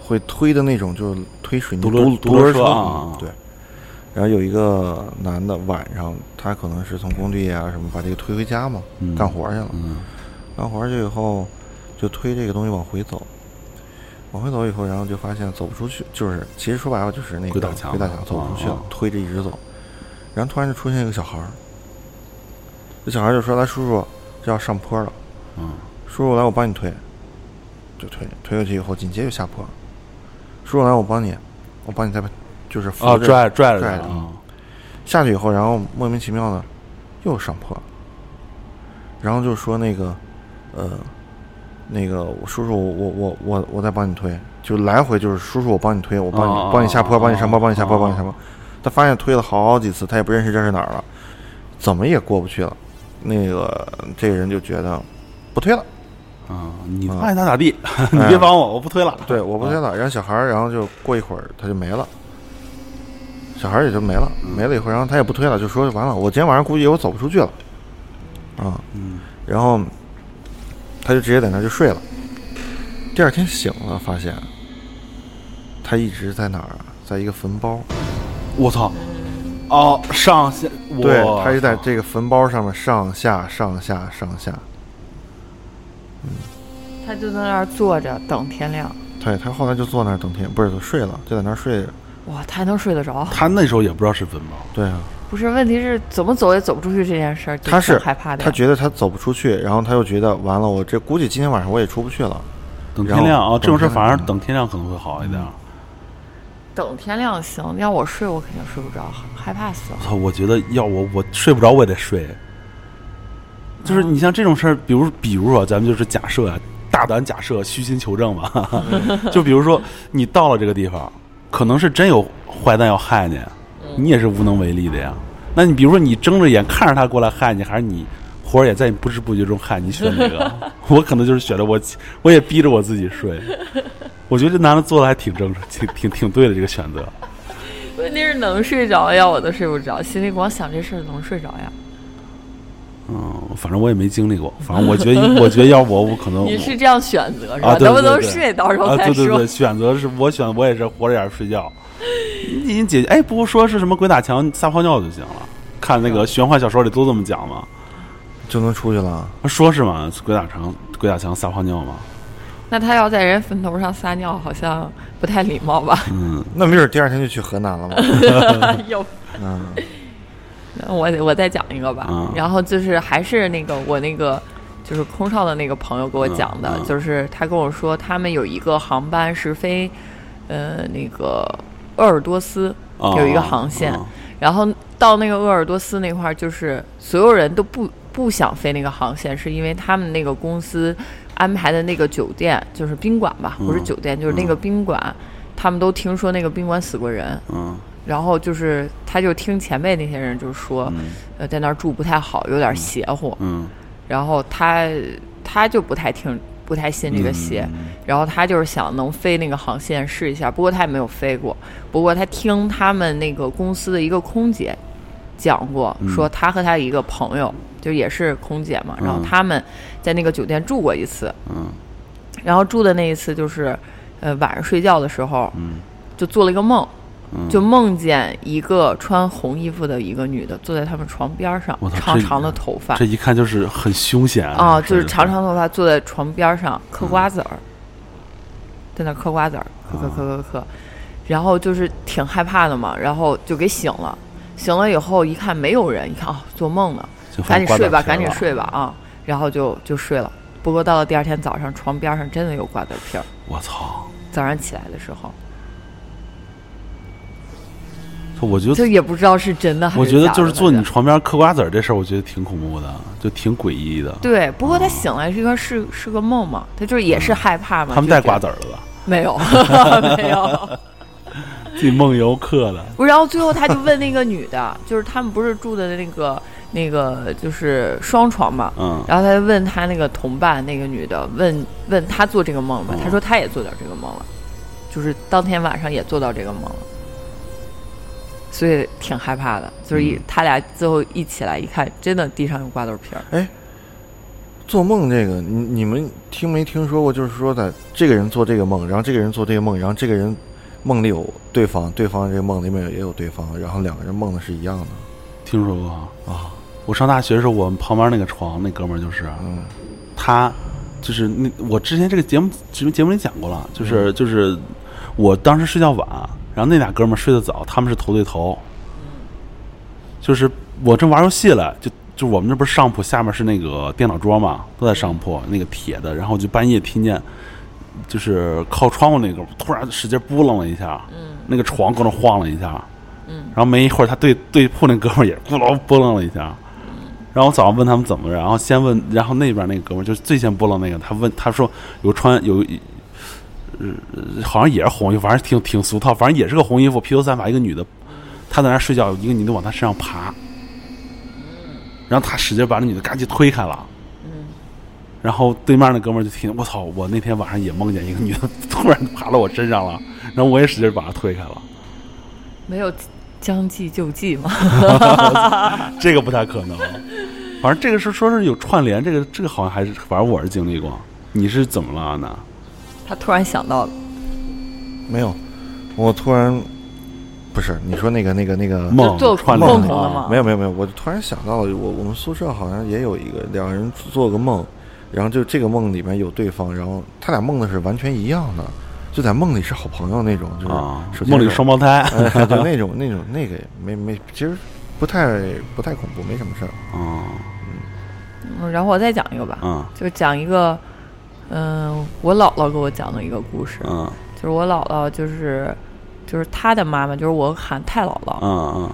会推的那种，就是推水泥
独轮
独
独轮
轮
车啊
嗯对。然后有一个男的晚上，他可能是从工地啊什么把这个推回家嘛，
嗯
干活去了。
嗯
干活去以后，就推这个东西往回走，往回走以后，然后就发现走不出去，就是其实说白了就是那个
鬼打墙
鬼打墙走不出去了，
啊啊
推着一直走，然后突然就出现一个小孩儿，这小孩儿就说：“来，叔叔，这要上坡了，
嗯，
叔叔来，我帮你推。”就推推过去以后，紧接着就下坡，叔叔来，我帮你，我帮你再把就是扶
啊，
着
拽拽着
拽
的
着
啊，
下去以后，然后莫名其妙的又上坡，然后就说那个，呃，那个我叔叔，我我我我我再帮你推，就来回就是叔叔我帮你推，我帮你、
哦
帮你下坡，帮你上
哦
坡，帮你下坡，
哦
帮你下坡。他发现推了好几次，他也不认识这是哪儿了，怎么也过不去了。那个这个人就觉得不推了，
嗯，你
啊
爱咋咋地， 你别帮我，我不推了。
对，我不推了。然后小孩儿，然后就过一会儿他就没了，小孩儿也就没了，没了以后，然后他也不推了，就说完了，我今天晚上估计我走不出去了，啊，
嗯，
然后他就直接在那儿就睡了。第二天醒了，发现他一直在哪儿啊？在一个坟包，
我操，哦，上下，我
对他就在这个坟包上面上下上下上下，
他就在那儿坐着等天亮。
对他后来就坐那儿等天，不是就睡了，就在那儿睡着。
哇，他还能睡得着？
他那时候也不知道是坟包，
对啊，
不是，问题是怎么走也走不出去这件事儿，就
他是
挺害怕的呀。
他觉得他走不出去，然后他又觉得完了，我这估计今天晚上我也出不去了。
等
然
天
后
亮啊，
等
这种事儿
天
反而
亮嗯
等天亮可能会好一点。
等天亮行，要我睡我肯定睡不着，害怕死了。
操，我觉得要我我睡不着我也得睡。就是你像这种事儿，比如比如说，咱们就是假设啊，大胆假设，虚心求证嘛。哈哈 就比如说你到了这个地方，可能是真有坏蛋要害你，你也是无能为力的呀。那你比如说你睁着眼看着他过来害你，还是你活儿也在你不知不觉中害你，你选哪个？我可能就是选择我，我也逼着我自己睡。我觉得这男的做的还挺正常，挺挺挺对的这个选择。
问题是能睡着呀，我都睡不着，心里光想这事儿能睡着呀。
嗯，反正我也没经历过，反正我觉得，我觉得要我，我可能
你是这样选择是
嗯
吧？
啊，对
能不
对
能
对
睡到时候
啊，
再
对对
说。
对，选择是我选，我也是活着眼儿睡觉。你你姐姐，哎，不说是什么鬼打墙、撒泡尿就行了。看那
嗯
个玄幻小说里都这么讲嘛，
就能出去了。
说是嘛，鬼打墙、鬼打墙、撒泡尿嘛。
那他要在人坟头上撒尿，好像不太礼貌吧？
嗯，
那没准第二天就去河南了嘛。
有。
嗯，
那我我再讲一个吧，
嗯
然后就是还是那个我那个就是空少的那个朋友给我讲的，
嗯嗯
就是他跟我说他们有一个航班是飞，呃，那个鄂尔多斯
哦
有一个航线，
哦
然后到那个鄂尔多斯那块儿，就是所有人都不不想飞那个航线，是因为他们那个公司安排的那个酒店就是宾馆吧，不是
嗯
酒店，就是那个宾馆，他们都听说那个宾馆死过人，
嗯
然后就是，他就听前辈那些人就说，呃，在那儿住不太好，有点邪乎。
嗯
然后他他就不太听，不太信这个邪。
嗯
然后他就是想能飞那个航线试一下，不过他也没有飞过。不过他听他们那个公司的一个空姐讲过，说他和他一个朋友，就也是空姐嘛，然后
嗯嗯
他们在那个酒店住过一次。
嗯
然后住的那一次就是，呃，晚上睡觉的时候，
嗯
就做了一个梦。
嗯，
就梦见一个穿红衣服的一个女的坐在他们床边上
我，操
长
这
长的头发
这一看就是很凶险
啊，就是长
常
长头发坐在床边上
嗯
嗑瓜子儿，在那儿嗑瓜子儿，
啊
嗑嗑嗑嗑嗑，然后就是挺害怕的嘛，然后就给醒了，醒了以后一看没有人，一看哦做梦呢，赶紧睡吧，赶紧睡吧啊，然后就就睡了。不过到了第二天早上，床边上真的有瓜子皮儿。
我操！
早上起来的时候，
我觉得
就也不知道是真的还
我
是假
觉
的。
得就是坐
反正
你床边嗑瓜子儿这事儿，我觉得挺恐怖的，就挺诡异的。
对，不过他醒来是一个是是个梦嘛，他就是也是害怕嘛。
嗯他们
就
带
是
瓜子儿了吧？
没有 没有，
自己梦游嗑了。
不是然后最后他就问那个女的， 就是他们不是住的那个那个就是双床嘛，
嗯
然后他就问他那个同伴那个女的，问问她做这个梦吧，
嗯
她说她也做到这个梦了，就是当天晚上也做到这个梦了。所以挺害怕的，就是一、他俩最后一起来一看，真的地上有瓜子皮儿。
做梦这个，你你们听没听说过？就是说的，这个人做这个梦，然后这个人做这个梦，然后这个人梦里有对方，对方这个梦里面也有对方，然后两个人梦的是一样的。
听说过嗯啊。我上大学的时候，我们旁边那个床那哥们儿就是，
嗯
他就是那我之前这个节目节目节目里讲过了，就是就是我当时睡觉晚，然后那俩哥们儿睡得早，他们是头对头，就是我正玩游戏了，就就我们这不是上铺下面是那个电脑桌嘛，都在上铺那个铁的，然后我就半夜听见。就是靠窗户那个，突然使劲拨楞了一下，那个床搁那晃了一下，然后没一会儿，他对对铺那哥们儿也咕噜拨楞了一下，然后我早上问他们怎么了，然后先问，然后那边那个哥们儿就是最先拨楞那个，他问他说有穿有，呃，好像也是红衣服，反正挺挺俗套，反正也是个红衣服，披头散发一个女的，她在那儿睡觉，一个女的往她身上爬，然后他使劲把那女的嘎叽推开了。然后对面那哥们儿就听，我操！我那天晚上也梦见一个女的突然爬到我身上了，然后我也使劲把她推开了。
没有将计就计嘛。
这个不太可能。反正这个是说是有串联，这个这个好像还是，反正我是经历过。你是怎么了，安娜？
他突然想到了，
没有，我突然不是你说那个那个那个
梦
做
串联
共同的
啊
嘛
没有没有没有，我突然想到了，我我们宿舍好像也有一个两个人做个梦，然后就这个梦里面有对方，然后他俩梦的是完全一样的，就在梦里是好朋友那种，嗯就是
啊
手，牵
梦里
手
双胞胎。
哎， 对那种那种那个也没没，其实不太不太恐怖，没什么事儿。
嗯
嗯然后我再讲一个吧，
嗯
就讲一个，嗯、我姥姥给我讲的一个故事，
嗯
就是我姥姥就是就是她的妈妈，就是我喊太姥姥，
嗯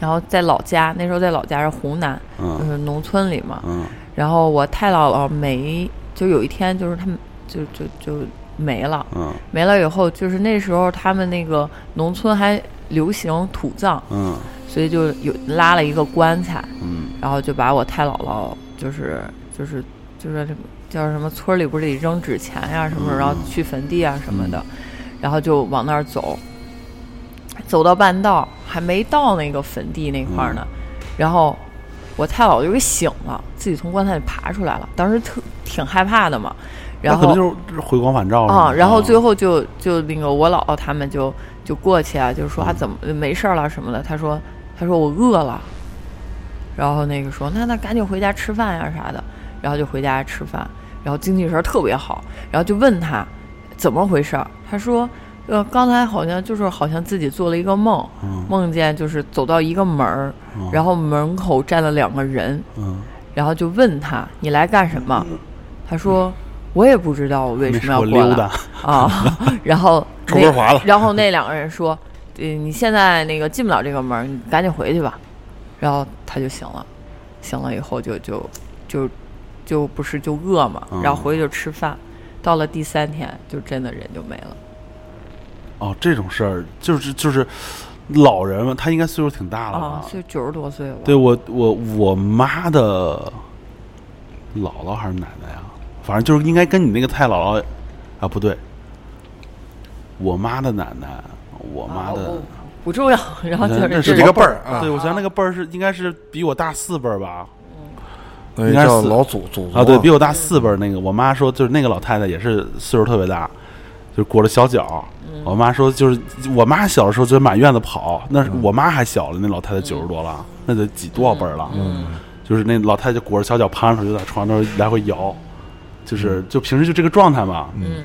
然后在老家，那时候在老家是湖南，就
嗯
是农村里嘛，
嗯
然后我太姥姥没，就有一天就是他们就就就没了，
嗯
没了以后，就是那时候他们那个农村还流行土葬，
嗯
所以就有拉了一个棺材，
嗯
然后就把我太姥姥就是就是就是这个叫什么村里不是得扔纸钱呀、什么，
嗯
然后去坟地啊什么的，然后就往那儿走，走到半道还没到那个坟地那块儿呢，
嗯
然后我太姥就给醒了，自己从棺材里爬出来了，当时特挺害怕的嘛，然
那可能
后
就是回光返照是吧
啊，然后最后就就那个我姥姥他们就就过去啊，就说
嗯
啊怎么没事儿了什么的。他说他说我饿了，然后那个说那那赶紧回家吃饭呀、啥的，然后就回家吃饭，然后精气神儿特别好，然后就问他怎么回事儿，他说呃刚才好像就是好像自己做了一个梦，
嗯
梦见就是走到一个门儿，
嗯
然后门口站了两个人，
嗯
然后就问他：“你来干什么？”他说：“我也不知道我为什么要
没事
过
我溜
来
达
啊。” 然后
出门划了
那然后那两个人说：“呃，你现在那个进不了这个门儿，你赶紧回去吧。” 然后他就醒了，醒了以后就就就就不是就饿嘛，
嗯
然后回去就吃饭。到了第三天，就真的人就没了。
哦，这种事儿就是就是老人嘛，他应该岁数挺大了
啊
吧，？
所以九十多岁了，
对我我我妈的姥姥还是奶奶呀、反正就是应该跟你那个太姥姥啊，不对，我妈的奶奶，我妈的，
不重要。 然后就
那那
是
是
这
这
个
个
辈儿啊
对，我想那个辈儿是应该是比我大四辈儿吧？
那
应该
叫
是
老祖祖宗
啊，对比我大四辈儿那个，我妈说就是那个老太太也是岁数特别大，就裹着小脚。我妈说就是我妈小的时候就满院子跑，那是我妈还小了，那老太太九十多了，那得几多少辈儿了？嗯，就是那老太太就裹着小脚趴着就在床上来回摇，就是就平时就这个状态嘛。嗯，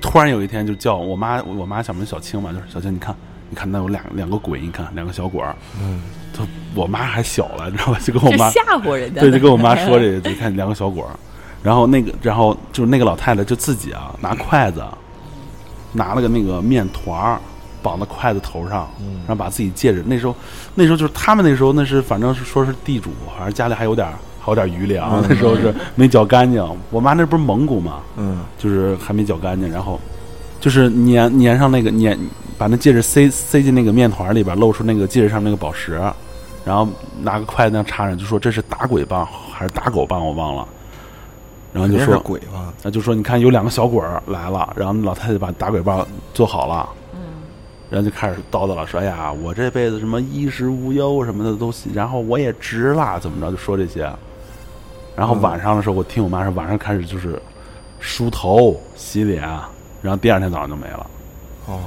突然有一天就叫我妈，我妈小名小青嘛，就是小青，你看，你看那有两两个鬼，你看两个小鬼儿。嗯，就我妈还小了，你知道吧？就跟我
这
妈
吓唬人家的，
对，就跟我妈说 这个，你看两个小果儿，然后那个，然后就是那个老太太就自己啊拿筷子，拿了个那个面团儿绑在筷子头上，然后把自己戒指，那时候那时候就是他们那时候那是反正是说是地主，反正家里还有点儿还有点儿余粮，那时候是没搅干净。我妈那不是蒙古嘛，
嗯，
就是还没搅干净，然后就是粘粘上那个粘，把那戒指塞塞进那个面团里边，露出那个戒指上那个宝石，然后拿个筷子那样插上，就说这是打鬼棒还是打狗棒，我忘了。然后
肯
就
定
说
是鬼吧？
那就说你看有两个小鬼儿来了，然后老太太把打鬼棒做好了，嗯，然后就开始叨叨了，说哎呀，我这辈子什么衣食无忧什么的都，然后我也值了，怎么着就说这些。然后晚上的时候，我听我妈说，晚上开始就是梳头、洗脸，然后第二天早上就没了。
哦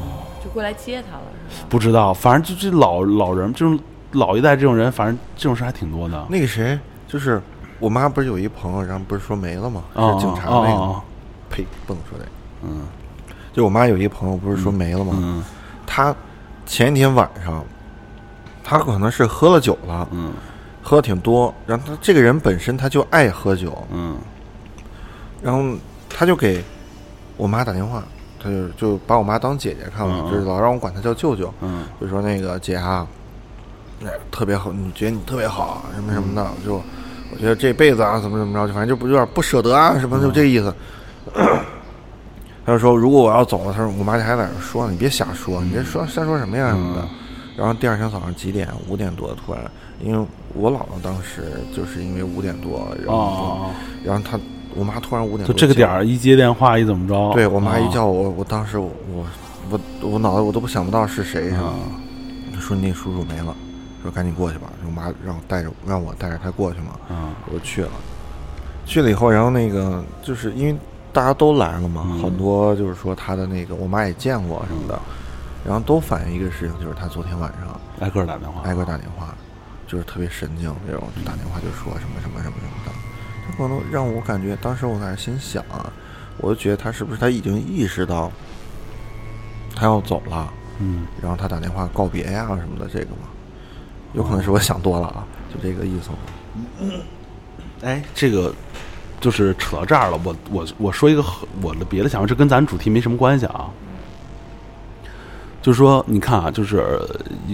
就过来接他了，是吧？
不知道，反正就这老老人，这种老一代这种人，反正这种事还挺多的。
那个谁，就是我妈不是有一朋友，然后不是说没了吗？
啊
是警察
啊
那个，
啊
呸，不能说这个。
嗯
就我妈有一个朋友，不是说没了吗？
嗯
她前一天晚上，她可能是喝了酒了，
嗯
喝的挺多。然后她这个人本身她就爱喝酒，
嗯
然后她就给我妈打电话，她就就把我妈当姐姐看了，
嗯嗯
就是老让我管她叫舅舅。
嗯
就说那个姐啊，那特别好，你觉得你特别好，什么什么的，
嗯
就我觉得这辈子啊，怎么怎么着，就反正就不有点不舍得啊，什么就这意思。他就说，如果我要走了，他说我妈还在那说呢，你别瞎说，你这说瞎说什么呀什么的。
嗯
然后第二天早上几点？五点多突然，因为我姥姥当时就是因为五点多，然后、
哦，
然后她我妈突然五点
就
多
这个
叫
点儿一接电话一怎么着？
对我妈一
啊，
叫我，我当时我我我我脑袋我都不想不到是谁
啊
什么的，说你那叔叔没了，说赶紧过去吧。我妈让我带着让我带着他过去嘛，
嗯
我就去了。去了以后，然后那个就是因为大家都来了嘛，
嗯
很多就是说他的那个我妈也见过什么的，然后都反映一个事情，就是他昨天晚上
挨个儿打电话，
挨个打电话，就是特别神经这种，就打电话就说什么什么什么什么的，这可能让我感觉当时我在那心想啊，我就觉得他是不是他已经意识到他要走了，
嗯，
然后他打电话告别呀、什么的，这个嘛，有可能是我想多了啊，就这个意思嘛。
哎，这个就是扯到这儿了。我我我说一个很我的别的想法，这跟咱主题没什么关系啊。就是说，你看啊，就是呃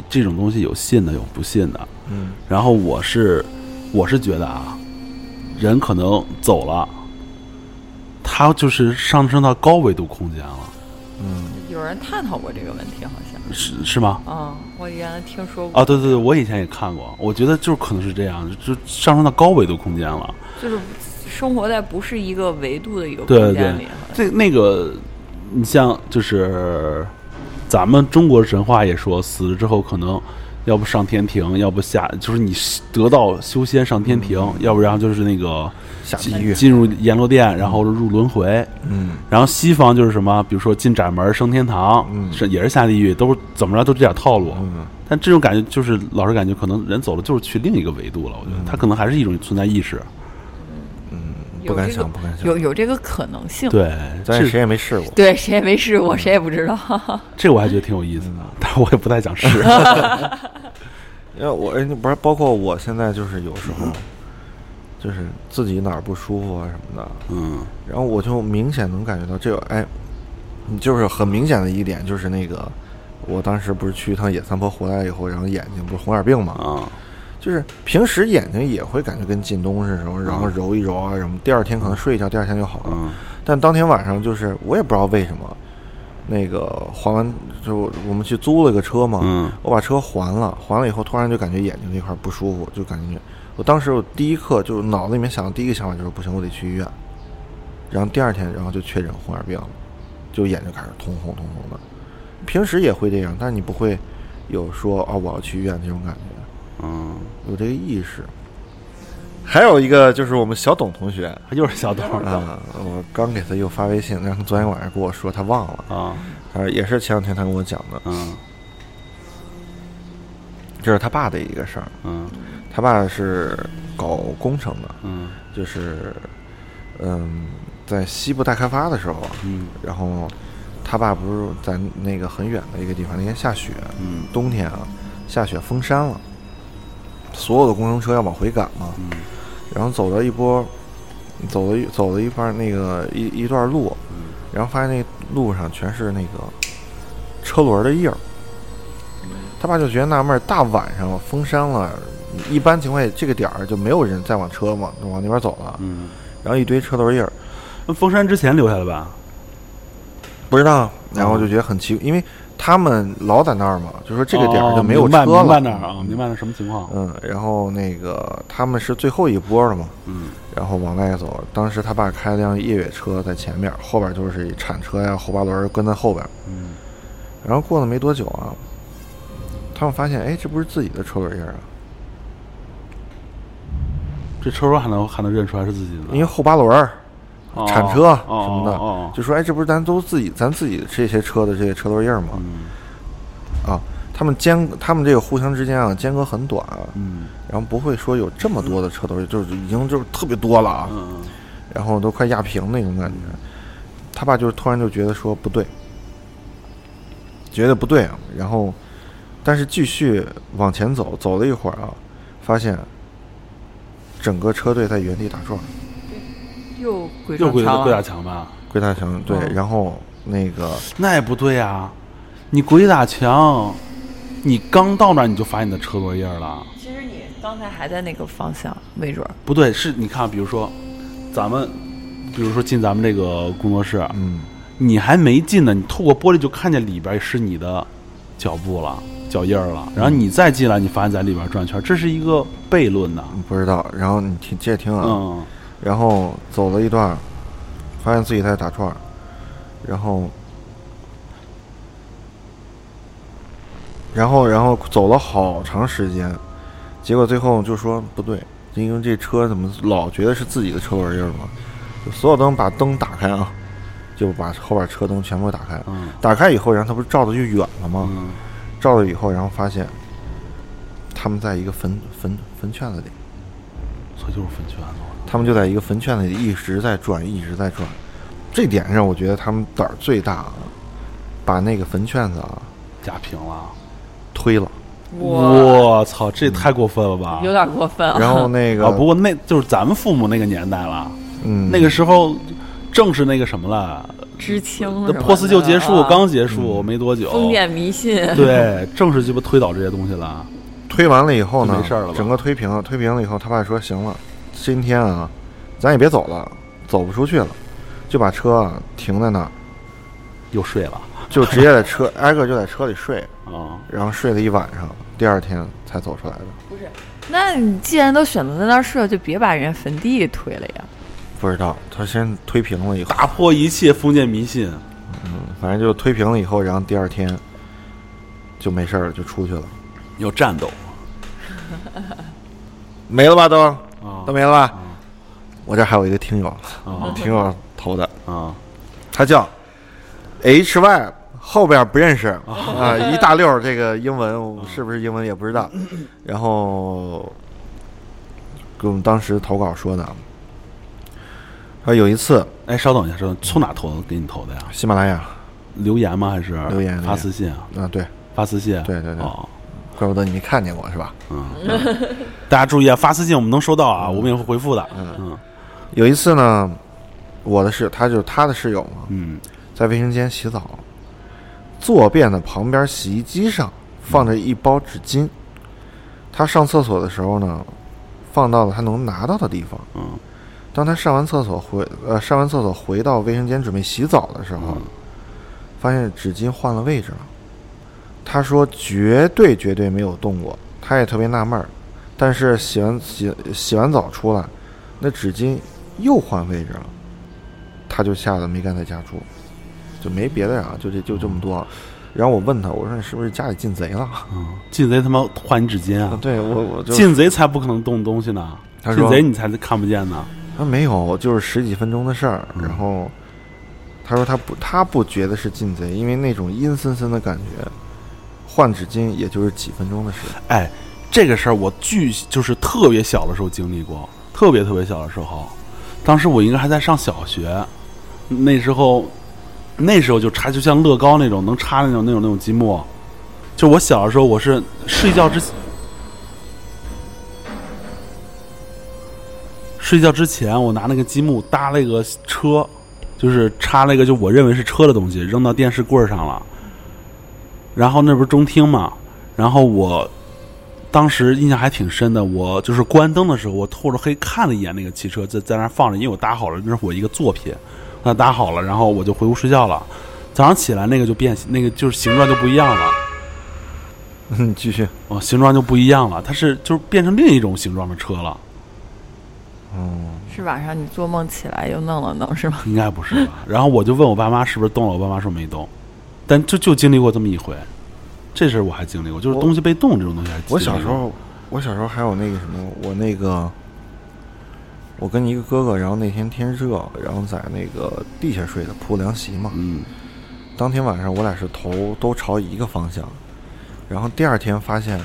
这种东西有信的，有不信的。
嗯
然后我是我是觉得啊，人可能走了，他就是上升到高维度空间了，
嗯
有人探讨过这个问题，好像。
是是吗？
嗯，我原来听说过，
啊，对对对，我以前也看过，我觉得就是可能是这样，就上升到高维度空间了。
就是生活在不是一个维度的一个空
对对
间里
对
哈。，
这那个，你像就是咱们中国神话也说，死了之后可能要不上天庭，要不下，就是你得道修仙上天庭，要不然就是那个
嗯下
进
地狱
进入阎罗殿，然后入轮回。
嗯
然后西方就是什么，比如说进窄门升天堂，
嗯
是也是下地狱，都是怎么着都这点套路。
嗯
但这种感觉就是老是感觉，可能人走了就是去另一个维度了。我觉得他可能还是一种存在意识。
嗯，
有
不敢
这个
想，不敢想，
有有这个可能性。
对，
咱也
这
谁也没试过。
对，谁也没试过，谁也不知道。
这我还觉得挺有意思的，
嗯
但是我也不太想 试。啊
因为我哎不是包括我现在就是有时候，就是自己哪儿不舒服啊什么的，
嗯
然后我就明显能感觉到这个，哎，你就是很明显的一点就是那个，我当时不是去一趟野三坡回来以后，然后眼睛不是红眼病嘛，
啊，
就是平时眼睛也会感觉跟进东西似的，然后揉一揉啊什么，第二天可能睡一觉，第二天就好了。
嗯
但当天晚上就是我也不知道为什么，那个还完就我们去租了个车嘛，
嗯
我把车还了，还了以后突然就感觉眼睛那块儿不舒服，就感觉我当时我第一刻就脑子里面想的第一个想法就是不行，我得去医院。然后第二天，然后就确诊红眼病了，就眼睛开始通红通红的。平时也会这样，但是你不会有说啊、我要去医院那种感觉，
嗯，
有这个意识。还有一个就是我们小董同学，
又是小董
啊，我刚给他又发微信，然后他昨天晚上跟我说他忘了，
啊，
啊，也是前两天他跟我讲的，
嗯
这是他爸的一个事儿。
嗯
他爸是搞工程的，
嗯
就是嗯，在西部大开发的时候啊，
嗯
然后他爸不是在那个很远的一个地方，那天下雪，
嗯
冬天啊，下雪封山了，所有的工程车要往回赶嘛，
嗯
然后走到一波，走了一走了一半那个一一段路，
嗯
然后发现那路上全是那个车轮的印儿。
嗯
他爸就觉得纳闷儿，大晚上封山了，一般情况下这个点儿就没有人再往车往往那边走了，
嗯，
然后一堆车轮印儿，
那封山之前留下的吧？
不知道，然后就觉得很奇，因为他们老在那儿嘛，就说这个点儿
哦
就没有
明
车
白
了。
明白那儿啊，明白那什么情况？
嗯，然后那个他们是最后一波了嘛，
嗯
然后往外走。当时他爸开辆越野车在前面，后边就是一铲车呀、后八轮跟在后边。
嗯
然后过了没多久啊，他们发现，哎，这不是自己的车轮印儿啊，
这车轮还能还能认出来是自己的，
因为后八轮儿、
哦
铲车
哦
什么的，
哦哦
就说，哎，这不是咱都自己咱自己这些车的这些车轮印儿吗？
嗯
啊，他们间他们这个互相之间啊间隔很短啊，
嗯
然后不会说有这么多的车头，就是已经就是特别多了啊，
嗯
然后都快压平那种感觉。他爸就是突然就觉得说不对，觉得不对，啊然后但是继续往前走，走了一会儿啊，发现整个车队在原地打撞，
又鬼
又
撞
鬼
啊
啊鬼打墙
墙了
吧？
鬼打墙对，
哦
然后那个
那也不对啊！你鬼打墙，你刚到那儿你就发你的车轮印儿了。
其实你刚才还在那个方向，没准儿。
不对，是你看，比如说，咱们，比如说进咱们这个工作室，
嗯，
你还没进呢，你透过玻璃就看见里边是你的脚步了、脚印儿
嗯
了。然后你再进来，你发现在里边转圈，这是一个悖论呐。
不知道，然后你听接着听啊，
嗯，
然后走了一段儿，发现自己在打转儿，然后，然后，然后走了好长时间，结果最后就说不对，因为这车怎么老觉得是自己的车轮印儿嘛？就所有灯把灯打开啊，就把后边车灯全部打开。
嗯
打开以后，然后它不是照的就远了吗？
嗯
照了以后，然后发现他们在一个坟坟坟圈子里。
这就是分圈子。
他们就在一个坟圈子里一直在转，一直在转。这点上，我觉得他们胆儿最大啊，把那个坟圈子啊
压平了，
推了，
我操，这也太过分了吧！
有点过分啊！
然后那个，
啊，不过那就是咱们父母那个年代了，
嗯，
那个时候正是那个什么了，
知青
那
什么的
破四旧结束
啊
刚结束
嗯
没多久，
封建迷信，
对，正是鸡巴推倒这些东西了。
推完了以后呢，
就没事儿了吧
整个推平了，推平了以后，他爸说行了，今天啊，咱也别走了，走不出去了，就把车啊停在那 儿，
又睡了
就直接在车挨个就在车里睡，
啊！
然后睡了一晚上，第二天才走出来的。
那你既然都选择在那儿睡，就别把人家坟地给推了呀。
不知道他先推平了以后，
打破一切封建迷信，
反正就推平了以后，然后第二天就没事儿了，就出去了。
有战斗
没了吧都，
啊
都没了吧？我这儿还有一个听友，听友投的，
啊！
他叫 H Y，后边不认识啊，一大溜儿这个英文我是不是英文也不 知道，然后给我们当时投稿说的，说有一次
哎，稍等一下，稍等，从哪投的？给你投的呀？
喜马拉雅
留言吗？还是
留言
发私信啊？
啊，对，
发私信？
对对对
哦，
怪不得你没看见我是吧？
大家注意啊，发私信我们能收到啊，我们也会回复的。嗯
有一次呢，我的室他就是他的室友嘛，
嗯
在卫生间洗澡，坐便的旁边洗衣机上放着一包纸巾。他上厕所的时候呢，放到了他能拿到的地方。
嗯
当他上完厕所回呃上完厕所回到卫生间准备洗澡的时
嗯
候，发现纸巾换了位置了。他说绝对绝对没有动过，他也特别纳闷儿。但是洗完洗洗完澡出来，那纸巾又换位置了，他就吓得没敢在家住，就没别的啊，就这就这么多。然后我问他，我说你是不是家里进贼了？！
嗯，进贼他妈换你纸巾啊
嗯对我我就
进贼才不可能动东西呢，
他
进
说
贼你才看不见呢。
他没有，就是十几分钟的事儿。然后他说他不他不觉得是进贼，因为那种阴森森的感觉，换纸巾也就是几分钟的事。
哎，这个事儿我巨就是特别小的时候经历过，特别特别小的时候，当时我应该还在上小学，那时候那时候就插就像乐高那种能插那种那种那种积木，就我小的时候我是睡觉之睡觉之前我拿那个积木搭了一个车，就是插了一个就我认为是车的东西扔到电视柜儿上了，然后那不是中厅嘛，然后我当时印象还挺深的，我就是关灯的时候，我透着黑看了一眼那个汽车在在那儿放着，因为我搭好了，那是我一个作品，那搭好了，然后我就回屋睡觉了。早上起来那个就变，那个就是形状就不一样了，
嗯，继续。
哦，形状就不一样了，它是就是变成另一种形状的车了，
嗯，
是晚上你做梦起来又弄了弄是吗？
应该不是吧？然后我就问我爸妈是不是动了，我爸妈说没动，但就就经历过这么一回，这事儿我还经历过，就是
我
东西被动这种东西还经历过。
我小时候，我小时候还有那个什么，我那个，我跟一个哥哥，然后那天天热，然后在那个地下睡的铺凉席嘛。
嗯
当天晚上我俩是头都朝一个方向，然后第二天发现，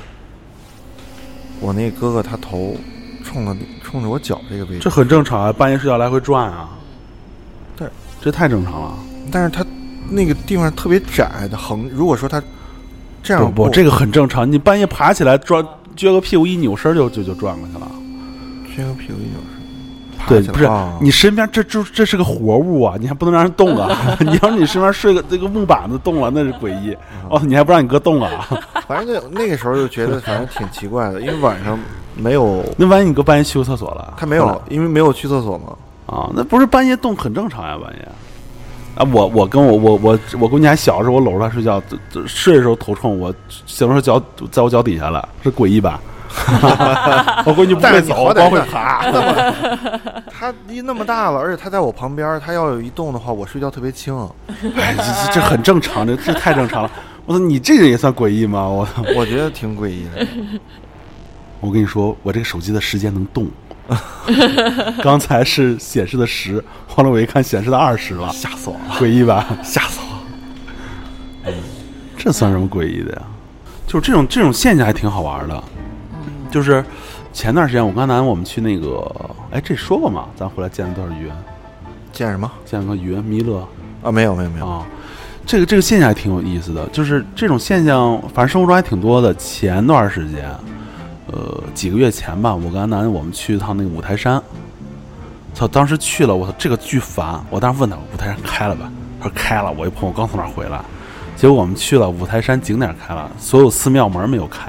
我那哥哥他头冲着冲着我脚这个位
这
置，
很正常啊，半夜睡觉来回转啊，
对，
这太正常了。
但是他那个地方特别窄的横，如果说他这样
不不，这个很正常。你半夜爬起来转，撅个屁股一扭身儿就就就转过去了。
这个屁股一扭身，爬
对，
起来
不是
啊
你身边这这这是个活物啊，你还不能让人动 啊！你要是你身边睡个这个木板子动了，那是诡异
啊
哦。你还不让你哥动 啊？
反正就那个时候就觉 得反正挺奇怪的，因为晚上没有
那万一你哥半夜去过厕所了？
他没
后来
有，因为没有去厕所嘛。
啊？那不是半夜动很正常呀、半夜。啊，我我跟我我我我闺女还小的时候，我搂着她睡觉，这这睡的时候头冲我，小时候脚在我脚底下了，是诡异吧？ 我闺女不
但
会
是你
走，
好歹
光会
是
爬。
他一那么大了，而且他在我旁边，他要有一动的话，我睡觉特别轻。啊
哎，这这这很正常，这这太正常了。我操，你这人也算诡异吗？我操！
我觉得挺诡异的。
我跟你说，我这个手机的时间能动， 刚才是显示的十，后来我一看显示的二十了，吓死我了，诡异吧？吓死我了！这算什么诡异的呀？就是这种这种现象还挺好玩的，就是前段时间我跟阿南我们去那个，哎，这说过吗？咱回来见了多少鱼？
见什么
见了个鱼弥勒，
啊？没有没有没有，
啊，这个这个现象还挺有意思的，就是这种现象，反正生活中还挺多的。前段时间，呃，几个月前吧，我跟阿南我们去一趟那个五台山，操，当时去了，我操，这个巨烦。我当时问他，五台山开了吧？他说开了。我一朋友刚从那儿回来，结果我们去了五台山景点开了，所有寺庙门没有开。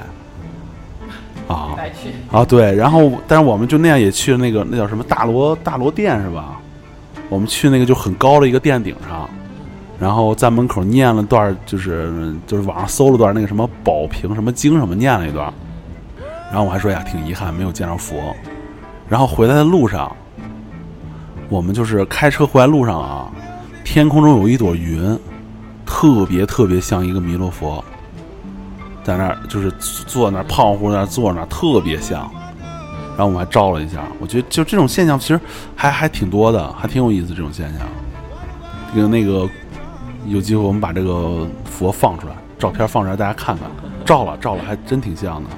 啊
白去，
啊，对，然后但是我们就那样也去了那个那叫什么大罗大罗殿是吧？我们去那个就很高的一个殿顶上，然后在门口念了段儿，就是就是网上搜了段儿那个什么宝瓶什么经什么念了一段儿，然后我还说哎呀挺遗憾没有见着佛，然后回来的路上，我们就是开车回来路上啊，天空中有一朵云，特别特别像一个弥勒佛，在那儿就是坐那儿胖乎在那儿坐那儿，特别像。然后我们还照了一下，我觉得就这种现象其实还还挺多的，还挺有意思。这种现象，这个那个有机会我们把这个佛放出来，照片放出来，大家看看。
嗯
照了照了，还真挺像的。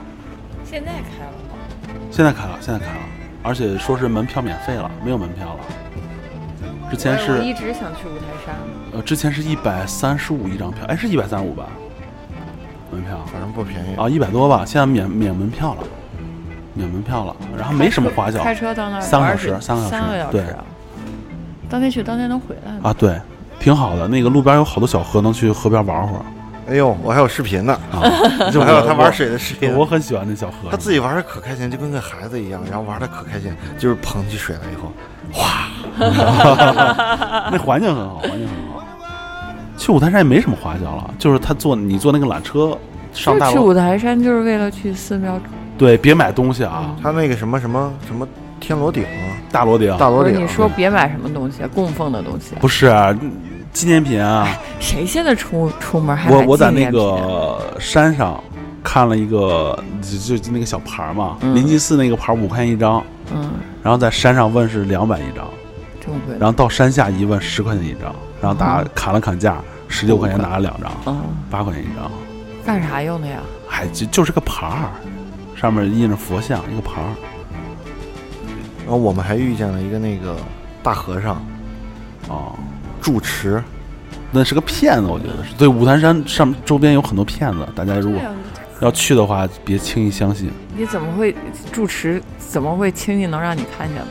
现在开了吗？
现在开了，现在开了，而且说是门票免费了，没有门票了。之前
哎我
是
一直想去五台山，
呃，之前是一百三十五一张票，哎，是一百三十五吧？门票
反正不便宜。
啊，一百多吧，现在免免门票了，免门票了，然后没什么花销
开车到那儿
三个小
20
时三个小时
三个小时啊。当天去，当天能回来吗？
啊，对，挺好的。那个路边有好多小河，能去河边玩会儿
哎呦，我还有视频呢，
啊。就
还有
我
他玩水的视频
我，我很喜欢那小河。
他自己玩的可开心，就跟个孩子一样，然后玩的可开心，就是捧起水来以后，
那环境很好，环境很好。去五台山也没什么花销了，就是他坐你坐那个缆车上
就
大
是去
楼，
五台山就是为了去寺庙，
对，别买东西啊，
嗯
他那个什么什么什么天罗顶、啊
大罗顶
大
不
罗
是
顶，
你说别买什么东西，啊供奉的东西。
不是啊纪念品啊。
谁现在出出门哎还买
我我在
纪
那
念品啊
个山上看了一个就就那个小牌儿嘛，
嗯
临济寺那个牌五块钱一张，
嗯，
然后在山上问是两百一张，
这么贵
然后到山下一问十块钱一张，然后大家砍了砍价，十六块钱拿了两张，
嗯，
八块钱一张，
干啥用的呀？
哎，就就是个牌儿，上面印着佛像一个牌儿。
然后我们还遇见了一个那个大和尚
哦，
住持，
那是个骗子，我觉得是对五台山上面周边有很多骗子，大家哎如果
对啊
要去的话，别轻易相信。
你怎么会住持怎么会轻易能让你看见呢？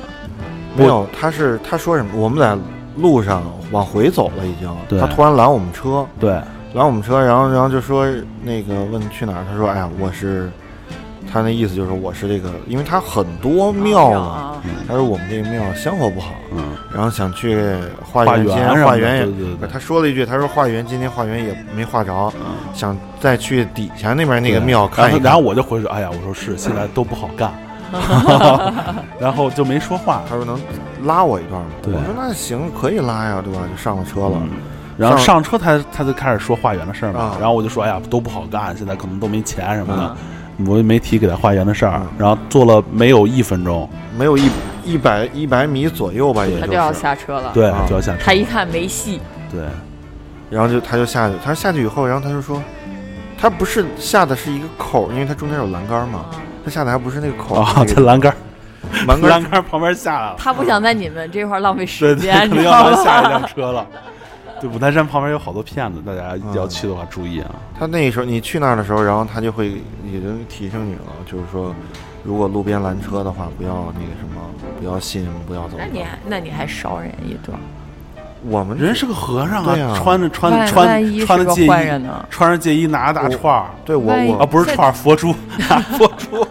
没有，他是他说什么？我们在路上往回走了，已经
对，
他突然拦我们车，
对，
拦我们车，然后然后就说那个问去哪儿，他说哎呀我是，他那意思就是我是这个，因为他很多庙嘛，
啊，
他说我们这个庙香火不好，
嗯，
然后想去化
化
缘今
缘
天
什
化
么的
缘
对对
也，
对
他说了一句，他说化缘今天化缘也没化着，
嗯
想再去底下那边那个
对
庙看
然
一
后
看，
然后我就回去，哎呀，我说是，现在都不好 干，然后就没说话。
他说能拉我一段吗？
对嗯
我说那行可以拉呀，对吧？就上了车了。
然后
上
上车他他就开始说化缘的事儿嘛
啊，
然后我就说哎呀都不好干，现在可能都没钱什么的，我也没提给他化缘的事儿
嗯。
然后做了没有一分钟，
没有一一百一百米左右吧，也
他
就
就要
是。
下车了。
对
啊，
就要下车
他，一看没戏，
对，
然后就他就下去，他下去以后，然后他就说，它不是下的是一个口儿，因为它中间有栏杆
嗯
嘛，
啊
它下的还不是那个口儿，
啊，在
是那个
栏杆
栏杆
栏
儿
杆旁边下来了，
他不想在你们这块儿浪费时
对对，
间，
可
知
能
道
要咱
吗？
下一辆车 了。对，五台山旁边有好多骗子，大家
嗯
要去的话注意啊。
他那时候你去那儿的时候，然后他就会已经提醒你了，就是说，如果路边拦车的话，不要那个什么，不要信，不要走
那。你还那你还烧人一顿，
我们
人是个和尚
对啊
啊，穿着穿
嗯万
着
万一
穿穿
是
着
个
戒
坏人
衣
呢，
穿着戒衣拿着大串儿
对我
万一
啊，
我
不是串儿佛珠，拿佛 珠，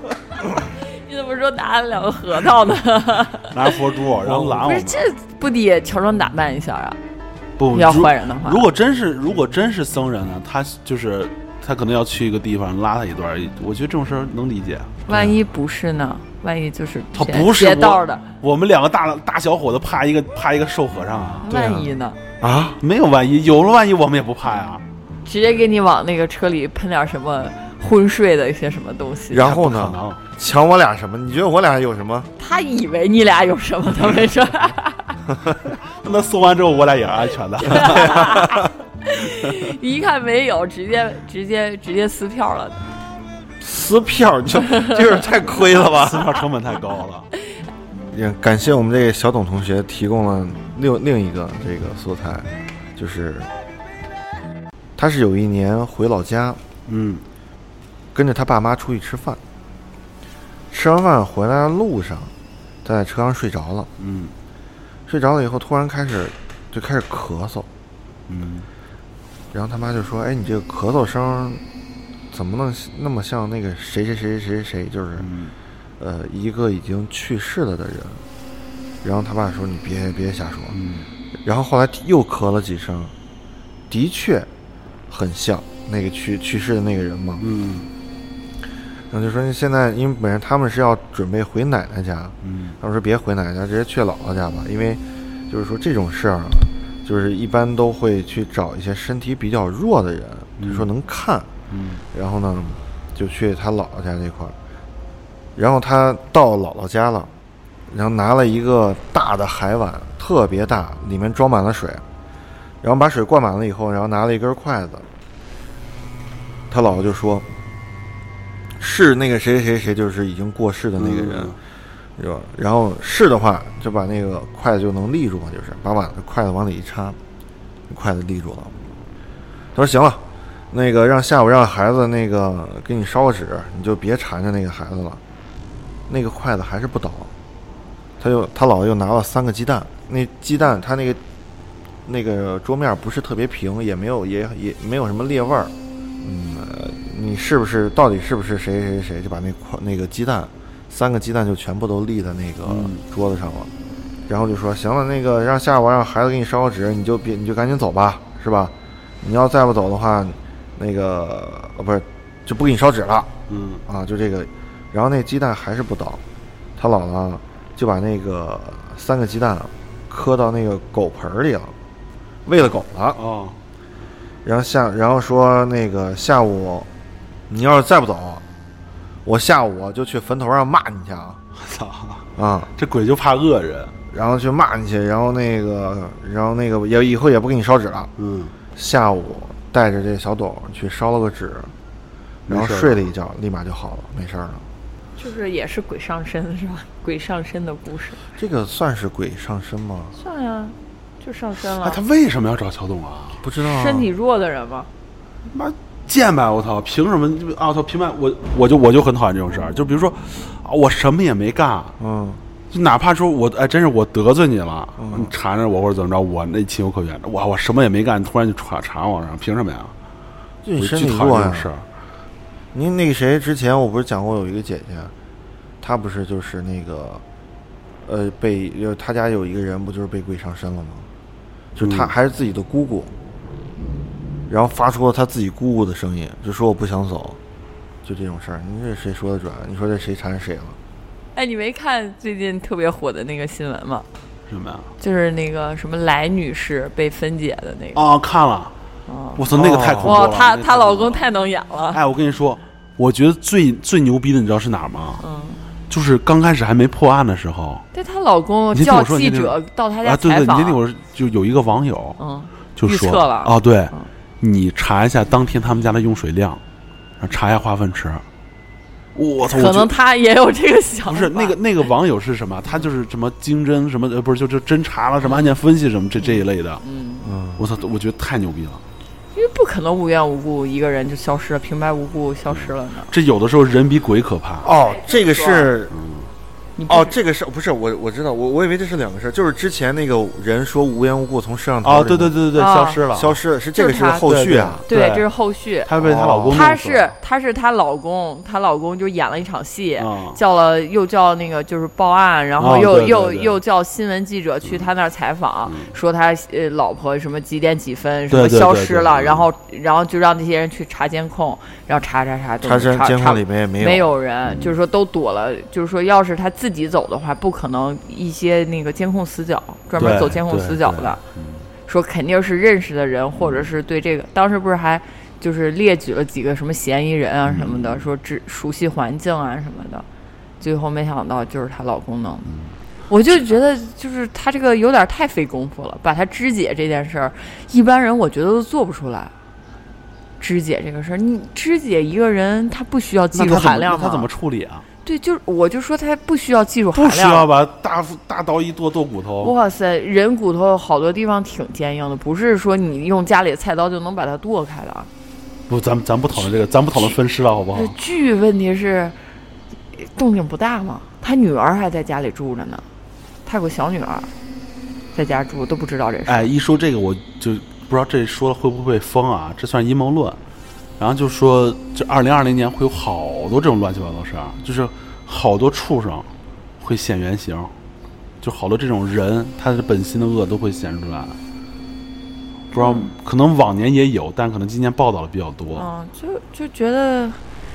你怎么说拿了两个核桃 呢？
拿佛珠，哦然后拦我
不是
们。
这不得乔装打扮一下啊？
不
要
如
坏人的话
如果真是如果真是僧人呢，他就是他可能要去一个地方拉他一段儿，我觉得这种事儿能理解。
万一不是呢？万一就是
他
偏
不是
街
我
道的，，
我们两个大大小伙子怕一个怕一个瘦和尚啊，
对啊
万一呢？
啊，
没有万一，有了万一我们也不怕呀。
直接给你往那个车里喷点什么昏睡的一些什么东西。
然后
可
呢，
能
抢我俩什么？你觉得我俩有什么？
他以为你俩有什么，他没说，
那送完之后我俩也是安全 的。
一看没有，直接直接直接撕票了。
撕票就就是太亏了吧？
撕票成本太高了。
也感谢我们这个小董同学提供了另另一个这个素材，就是他是有一年回老家，
嗯，
跟着他爸妈出去吃饭，吃完饭回来的路上，在车上睡着了，
嗯
睡着了以后突然开始就开始咳嗽，
嗯，
然后他妈就说：“哎，你这个咳嗽声怎么能那么像那个谁谁谁谁谁谁，就是
嗯
呃一个已经去世了的人？”然后他爸说：“你别别瞎说。”
嗯
然后后来又咳了几声，的确很像那个去去世的那个人嘛。
嗯
然后就说现在，因为本身他们是要准备回奶奶家，
嗯
他们说别回奶奶家，直接去姥姥家吧，因为就是说这种事儿啊，就是一般都会去找一些身体比较弱的人，就说能看，
嗯
然后呢就去他姥姥家这块儿，然后他到姥姥家了，然后拿了一个大的海碗，特别大，里面装满了水，然后把水灌满了以后，然后拿了一根筷子，他姥姥就说。是那个谁谁谁谁，就是已经过世的那个人，
嗯
是吧？然后是的话，就把那个筷子就能立住嘛，就是把碗筷子往里一插，筷子立住了。他说：“行了，那个让下午让孩子那个给你烧个纸，你就别缠着那个孩子了。”那个筷子还是不倒，他又他姥姥又拿了三个鸡蛋，那鸡蛋他那个那个桌面不是特别平，也没有也也没有什么裂味儿。嗯，呃你是不是到底是不是谁谁谁就把那块那个鸡蛋三个鸡蛋就全部都立在那个
嗯
桌子上了，然后就说行了，那个让下午让孩子给你烧个纸，你就别你就赶紧走吧，是吧？你要再不走的话，那个呃不是就不给你烧纸了。
嗯
啊，就这个，然后那鸡蛋还是不倒，他姥姥就把那个三个鸡蛋磕到那个狗盆儿里了，喂了狗了。
哦，
然后下，然后说那个下午，你要是再不走，我下午就去坟头上骂你去啊
我操，
啊！
这鬼就怕恶人。
然后去骂你去，然后那个，然后那个也以后也不给你烧纸了。
嗯，
下午带着这小董去烧了个纸，然后
没事儿
睡了一觉，立马就好了，没事儿了。
就是也是鬼上身是吧？鬼上身的故事
这个算是鬼上身吗？
算呀、就上身了。
那哎他为什么要找小董啊？
不知道啊
身体弱的人嘛，
妈贱呗！我操，凭什么？啊，我操，凭嘛？我我就我就很讨厌这种事儿。就比如说，啊，我什么也没干，
嗯，
就哪怕说我哎，真是我得罪你了，你缠着我或者怎么着，我那情有可原。我我什么也没干，你突然就缠缠我上，凭什么呀？
就
我
你身
巨
体
讨厌
弱
这
呀
种、事儿。
您那个谁之前我不是讲过有一个姐姐，她不是就是那个，呃，被就是她家有一个人不就是被鬼上身了吗？就是她
嗯
还是自己的姑姑，然后发出了她自己姑姑的声音，就说我不想走，就这种事儿，你这谁说得准？啊你说这谁缠谁了？
哎，你没看最近特别火的那个新闻吗？
什么呀？
就是那个什么来女士被分解的那个，
啊，看了，我操，那个太恐怖
哇，
了。
哦她
那个
她
恐怖
老公
了
太能演了，
哎，我跟你说，我觉得最最牛逼的，你知道是哪儿吗？
嗯
就是刚开始还没破案的时候
对她老公
你听
叫
我说
记
你听我
者到她
啊，
家
对
采
对，你
访，
先听我说，就有一个网友
嗯，
就
预
说啊
测了嗯
啊，对，你查一下当天他们家的用水量，然后查一下化粪池。我操！我
可
觉
能他也有这个想法。
不是那个那个网友是什么？他就是什么经侦什么呃，不是就就侦查了什么案件分析什么这这一类的。嗯我操，我觉得太牛逼了。
因为不可能无缘无故一个人就消失了，平白无故消失了呢。
这有的时候人比鬼可怕。
哦，
哎
这个是
啊嗯你不
哦，这个是不是我我知道，我我以为这是两个事儿，就是之前那个人说无缘无故从摄像头
哦，
里
对对对对对，
啊
消失了，
消失了，是这个
就是
是
他
后续啊，
对
对，
这是后续。
她被她老公弄死了。
她是她是她老公，她老公就演了一场戏，
啊
叫了又叫那个就是报案，然后
哦
又、
对对
又
对对
又叫新闻记者去他那儿采访，说他呃老婆什么几点几分什
对
么
对对
消失了，
对对
然后然后就让那些人去查监控，然后查查查都
查监
查
监
查
控里面也没有
嗯没有人，就是说都躲了，就是说要是他自己走的话，不可能一些那个监控死角专门
对
走监控
对
死角
对
的，
嗯
说肯定是认识的人，或者是对这个当时不是还就是列举了几个什么嫌疑人啊什么
嗯
的，说只熟悉环境啊什么的，最后没想到就是她老公弄的。我就觉得，就是她这个有点太费功夫了。把她肢解这件事儿，一般人我觉得都做不出来。肢解这个事儿，你肢解一个人，他不需要技
那
术
她怎
含
么
量
那
吗？
她怎么处理啊？
对，就是我就说他不需要技术含
不
量，
需要吧？大大刀一剁剁骨头，
哇塞，人骨头好多地方挺坚硬的，不是说你用家里的菜刀就能把它剁开的。啊
不，咱们咱不讨论这个，咱不讨论分尸了，好不好
那？剧问题是动静不大嘛，他女儿还在家里住着呢，他有个小女儿在家住，都不知道这事。
哎，一说这个我就不知道这说了会不会疯啊？这算是阴谋论。然后就说，这二零二零年会有好多这种乱七八糟事儿，啊就是好多畜生会显原形，就好多这种人他的本心的恶都会显出来。不知道，可能往年也有，但可能今年报道的比较多。
嗯，就就觉得，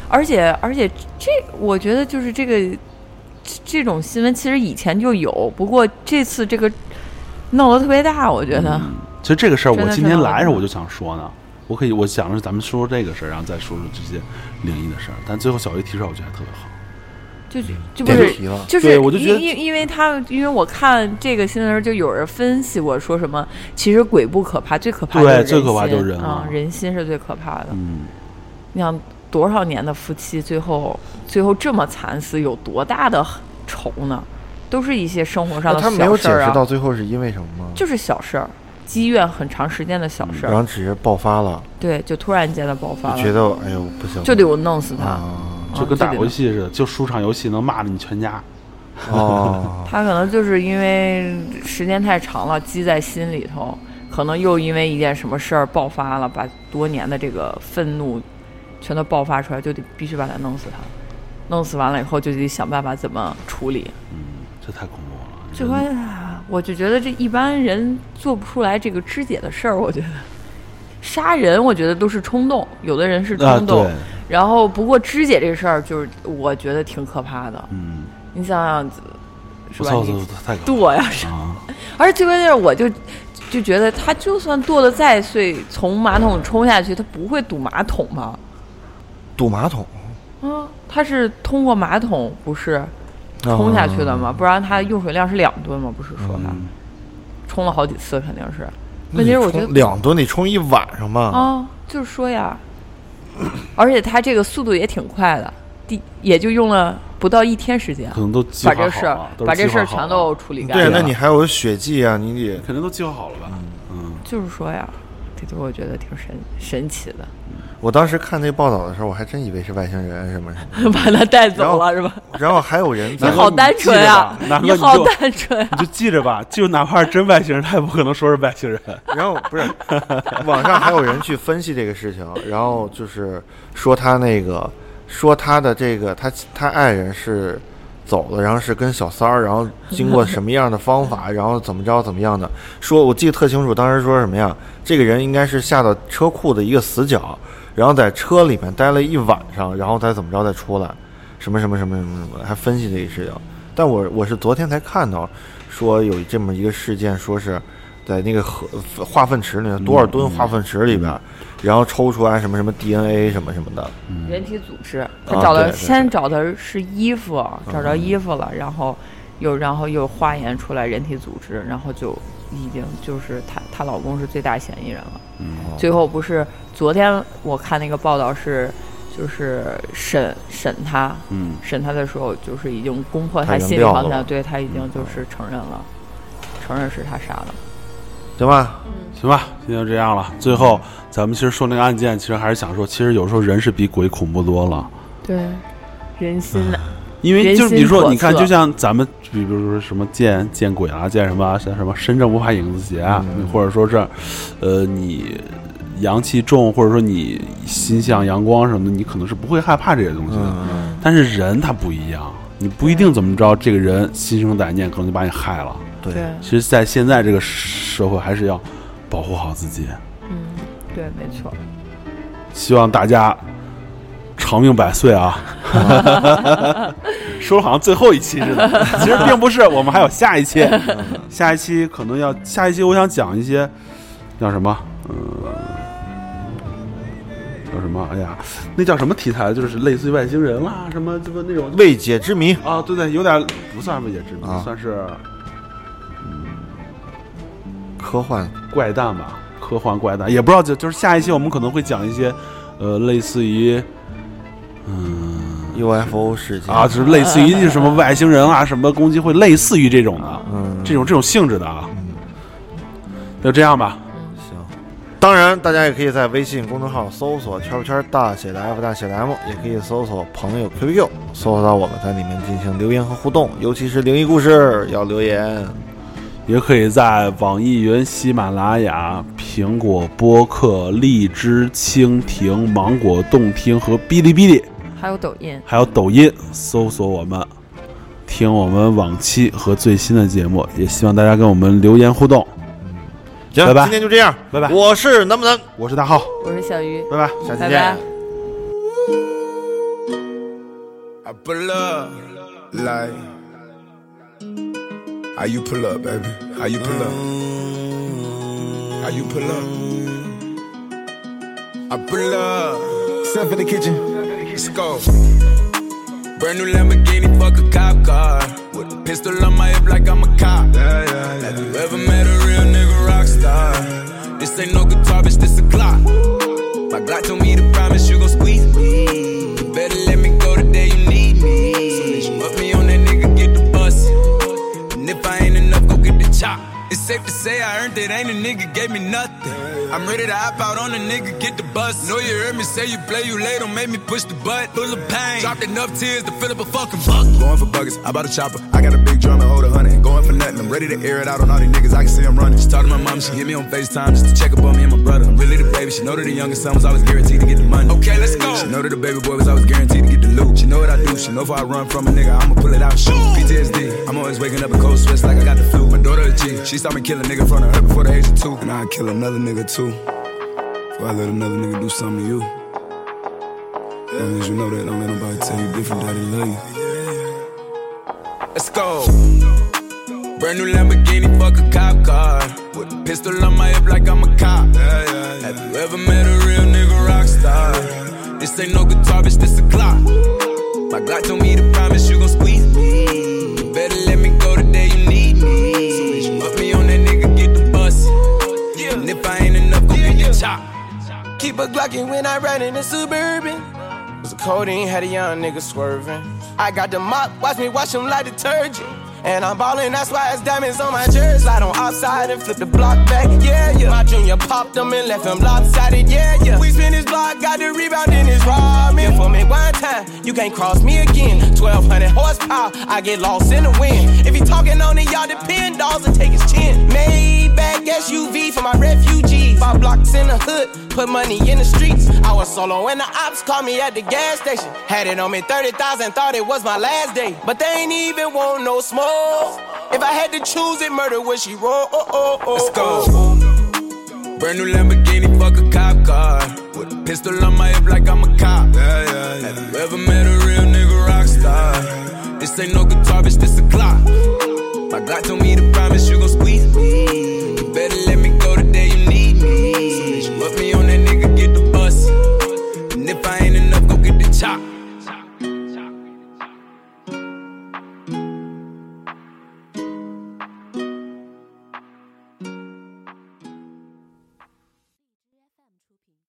而且而且这，我觉得就是这个这这种新闻其实以前就有，不过这次这个闹得特别大，我觉得。
其实这个事儿，
真
我
的
今
是
天
闹
来
得
的时候
大
我就想说呢，我可以我想着咱们说说这个事儿，然后再说说这些灵异的事儿。但最后小鱼提出来，我觉得还特别好。
就就不
别
是
嗯提了，
就是
对我就觉得
因因因为他们，因为我看这个新闻的时候，就有人分析过，说什么其实鬼不可怕，最可怕
对
就是人
最可怕
心
就是人
啊
啊，
人心是最可怕的。
嗯，
你想多少年的夫妻，最后最后这么惨死，有多大的仇呢？都是一些生活上
那
的
哎他没有
小
解
事儿
释到
啊，
最后是因为什么吗？
就是小事儿，积怨很长时间的小事
嗯然
儿，
后只是爆发了，
对，就突然间的爆发
就觉
了，
得哎呦不行，
就得我弄死他。
啊
就跟
啊
打游戏似的，就输场游戏能骂了你全家。
哦，
他可能就是因为时间太长了，积在心里头，可能又因为一件什么事儿爆发了，把多年的这个愤怒全都爆发出来，就得必须把他弄死他。弄死完了以后，就得想办法怎么处理。
嗯，这太恐怖了。
这关，啊我就觉得这一般人做不出来这个肢解的事儿。我觉得杀人，我觉得都是冲动，有的人是
啊，
冲动。
对，
然后，不过肢解这事儿，就是我觉得挺可怕的。
嗯，
你想想，是
我
吧？
操，
你
这这太可
剁呀 啥
怕了啊！
而且最关键是，我就就觉得他就算剁得再碎，从马桶冲下去，他不会堵马桶吗？
堵马桶，
嗯，他是通过马桶不是
哦
冲下去的吗？不然他用水量是两吨吗？不是说他、
嗯
冲了好几次，肯定是。
那
问
你
题是，
冲
我觉得
两吨得冲一晚上嘛，
啊，就是说呀，而且他这个速度也挺快的，第也就用了不到一天时间
可，能都计
把
划
这
好
事儿
了，都是
把这
计划
事儿
好
全
了
都处理干
对，啊
净。
那你还有血迹啊，你得
肯定都计划好了吧？嗯，
就是说呀，这就我觉得挺神神奇的，
我当时看那报道的时候，我还真以为是外星人啊什么什么，
把他带
然
走
后
了是吧？
然后还有人
你
在
然后
好单纯啊
你记得吧！
你好单纯啊！
你就记着吧，就哪怕是真外星人，他也不可能说是外星 人。
然后不是，网上还有人去分析这个事情，然后就是说他那个，说他的这个，他他爱人是走了，然后是跟小三儿，然后经过什么样的方法，然后怎么着怎么样的，说我记得特清楚，当时说什么呀？这个人应该是下到车库的一个死角，然后在车里面待了一晚上，然后再怎么着再出来，什么什么什么什么什么，还分析这个事情。但我我是昨天才看到，说有这么一个事件，说是在那个核化粪池里面多少吨化粪池里边，然后抽出来什么什么 DNA 什么什么的，
人体组织，他找
啊对嗯对
的
对
先找的是衣服，找着衣服了，然后又然后又化验出来人体组织，然后就已经就是她她老
哦
公是最大嫌疑人了。最后不是昨天我看那个报道是就是审审他，
嗯，
审他的时候，就是已经攻破
他
他
已经
心理
撂
防
了嗯
线，
吧
对他已经就是承认了，承认是他杀的。
行吧？
行吧，今天就这样了。最后，咱们其实说那个案件，其实还是想说，其实有时候人是比鬼恐怖多了。
对，人心的，
因为
人
就是比
心
如说，
叵
你看，
测
就像咱们，比如说什么见见鬼啊，见什么啊像什么身正不怕影子斜啊，
嗯
或者说是，呃，你阳气重，或者说你心向阳光什么的，你可能是不会害怕这些东西的。
嗯，
但是人他不一样，你不一定怎么着，这个人心生歹念，可能就把你害了。
对，
对，
其实，在现在这个社会，还是要保护好自己。
嗯，对，没错。
希望大家长命百岁啊！说的好像最后一期似的，其实并不是，我们还有下一期，下一期可能要下一期，我想讲一些叫什么，嗯、叫什么？哎呀，那叫什么题材？就是类似于外星人啦，什么什么那种
未解之谜，
啊，对对，有点不算未解之谜，
啊
算是
科幻
怪诞吧，科幻怪诞，也不知道就就是下一期我们可能会讲一些，呃，类似于，嗯。
UFO 事件
啊，就是类似于就是什么外星人啊，什么攻击会类似于这种的，
嗯，
这种这种性质的啊。就这样吧，
行。当然，大家也可以在微信公众号搜索“圈儿圈儿大写的 F 大写的 M”，也可以搜索朋友 QQ，搜索到我们，在里面进行留言和互动，尤其是灵异故事要留言。
也可以在网易云、喜马拉雅、苹果播客、荔枝、蜻蜓、芒果动听和哔哩哔哩，
还有抖音，
还有抖音搜索我们，听我们往期和最新的节目。也希望大家跟我们留言互动。
行，
拜拜
今天就这样，
拜拜
我是能不能，
我是大浩，
我是小鱼，
拜拜。
下期
拜
见。
拜。
I pull up, like. How you pull up, baby? How you pull up? How you pull up? I pull up. Step in the kitchen. Let's go. Brand new Lamborghini, fuck a cop car. With a pistol on my hip like I'm a cop. Have you ever met a real nigga rock star? This ain't no guitar, bitch, this a clock. My Glock told me to promise you gon' squeeze me. You better let me go the day you need me. Soon as you up me on that nigga, get the bus. And if I ain't enough, go get the chop. It's safe to say I earned it, ain't a nigga gave me nothing. I'm ready to hop out on a nigga, get the bus. Know you heard me say you play you late, don't make me push the butt. Full of pain, dropped enough tears to fill up a fucking bucket.
Going for buckets, I bought a chopper. I got a big drum and hold a hundred. Going for nothing, I'm ready to air it out on all these niggas. I can see I'm running. She talked to my mom, she hit me on FaceTime just to check up on me and my brother. I'm really the baby. She know that the youngest son was always guaranteed to get the money.
Okay, let's go.
She know that the baby boy was always guaranteed to get the loot. She know what I do. She know if I run from a nigga, I'ma pull it out and shoot. PTSD. I'm always waking up in cold sweats like I got the flu. My daughter a G. She saw me kill a nigga in front of her before the age of two, and I kill another nigga too. Before I let another nigga do something to you. Long as you know that, don't let nobody tell you different. Daddy love you.
Let's go. Brand new Lamborghini, fuck a cop car. With a pistol on my hip like I'm a cop. Have you ever met a real nigga rock star? This ain't no guitar, bitch, this a clock. My Glock told me to promise you gon' squeeze me. You better let me go the day you need me. Soon as you up me on that nigga, get the bus. And if I ain't enough, go get the chop.
Keep a Glockin' when I ride in the Suburban. Cause the codeine had a young nigga swerving. I got the mop, watch me wash him like detergent. And I'm ballin', that's why it's diamonds on my jersey. Slide on outside and flip the block back, yeah, yeah. My junior popped him and left him lopsided, yeah, yeah. We spin his block, got the rebound and it's robbing. For me one time, you can't cross me again. 1200 horsepower, I get lost in the wind. If he talking on it, y'all depend, dolls and take his chin. Maybach SUV for my refugees. Five blocks in the hood, put money in the streets. I was solo and the ops called me at the gas station. Had it on me 30,000, thought it was my last day. But they ain't even want no smoke. If I had to choose it, murder would she roll? Oh, oh, oh,
Let's
oh.
go. Brand new Lamborghini, fuck a cop car. With a pistol on my hip like I'm a cop. Have you ever met a real nigga rock star? This ain't no guitar, bitch, this a clock. My God told me to promise you gon' squeeze.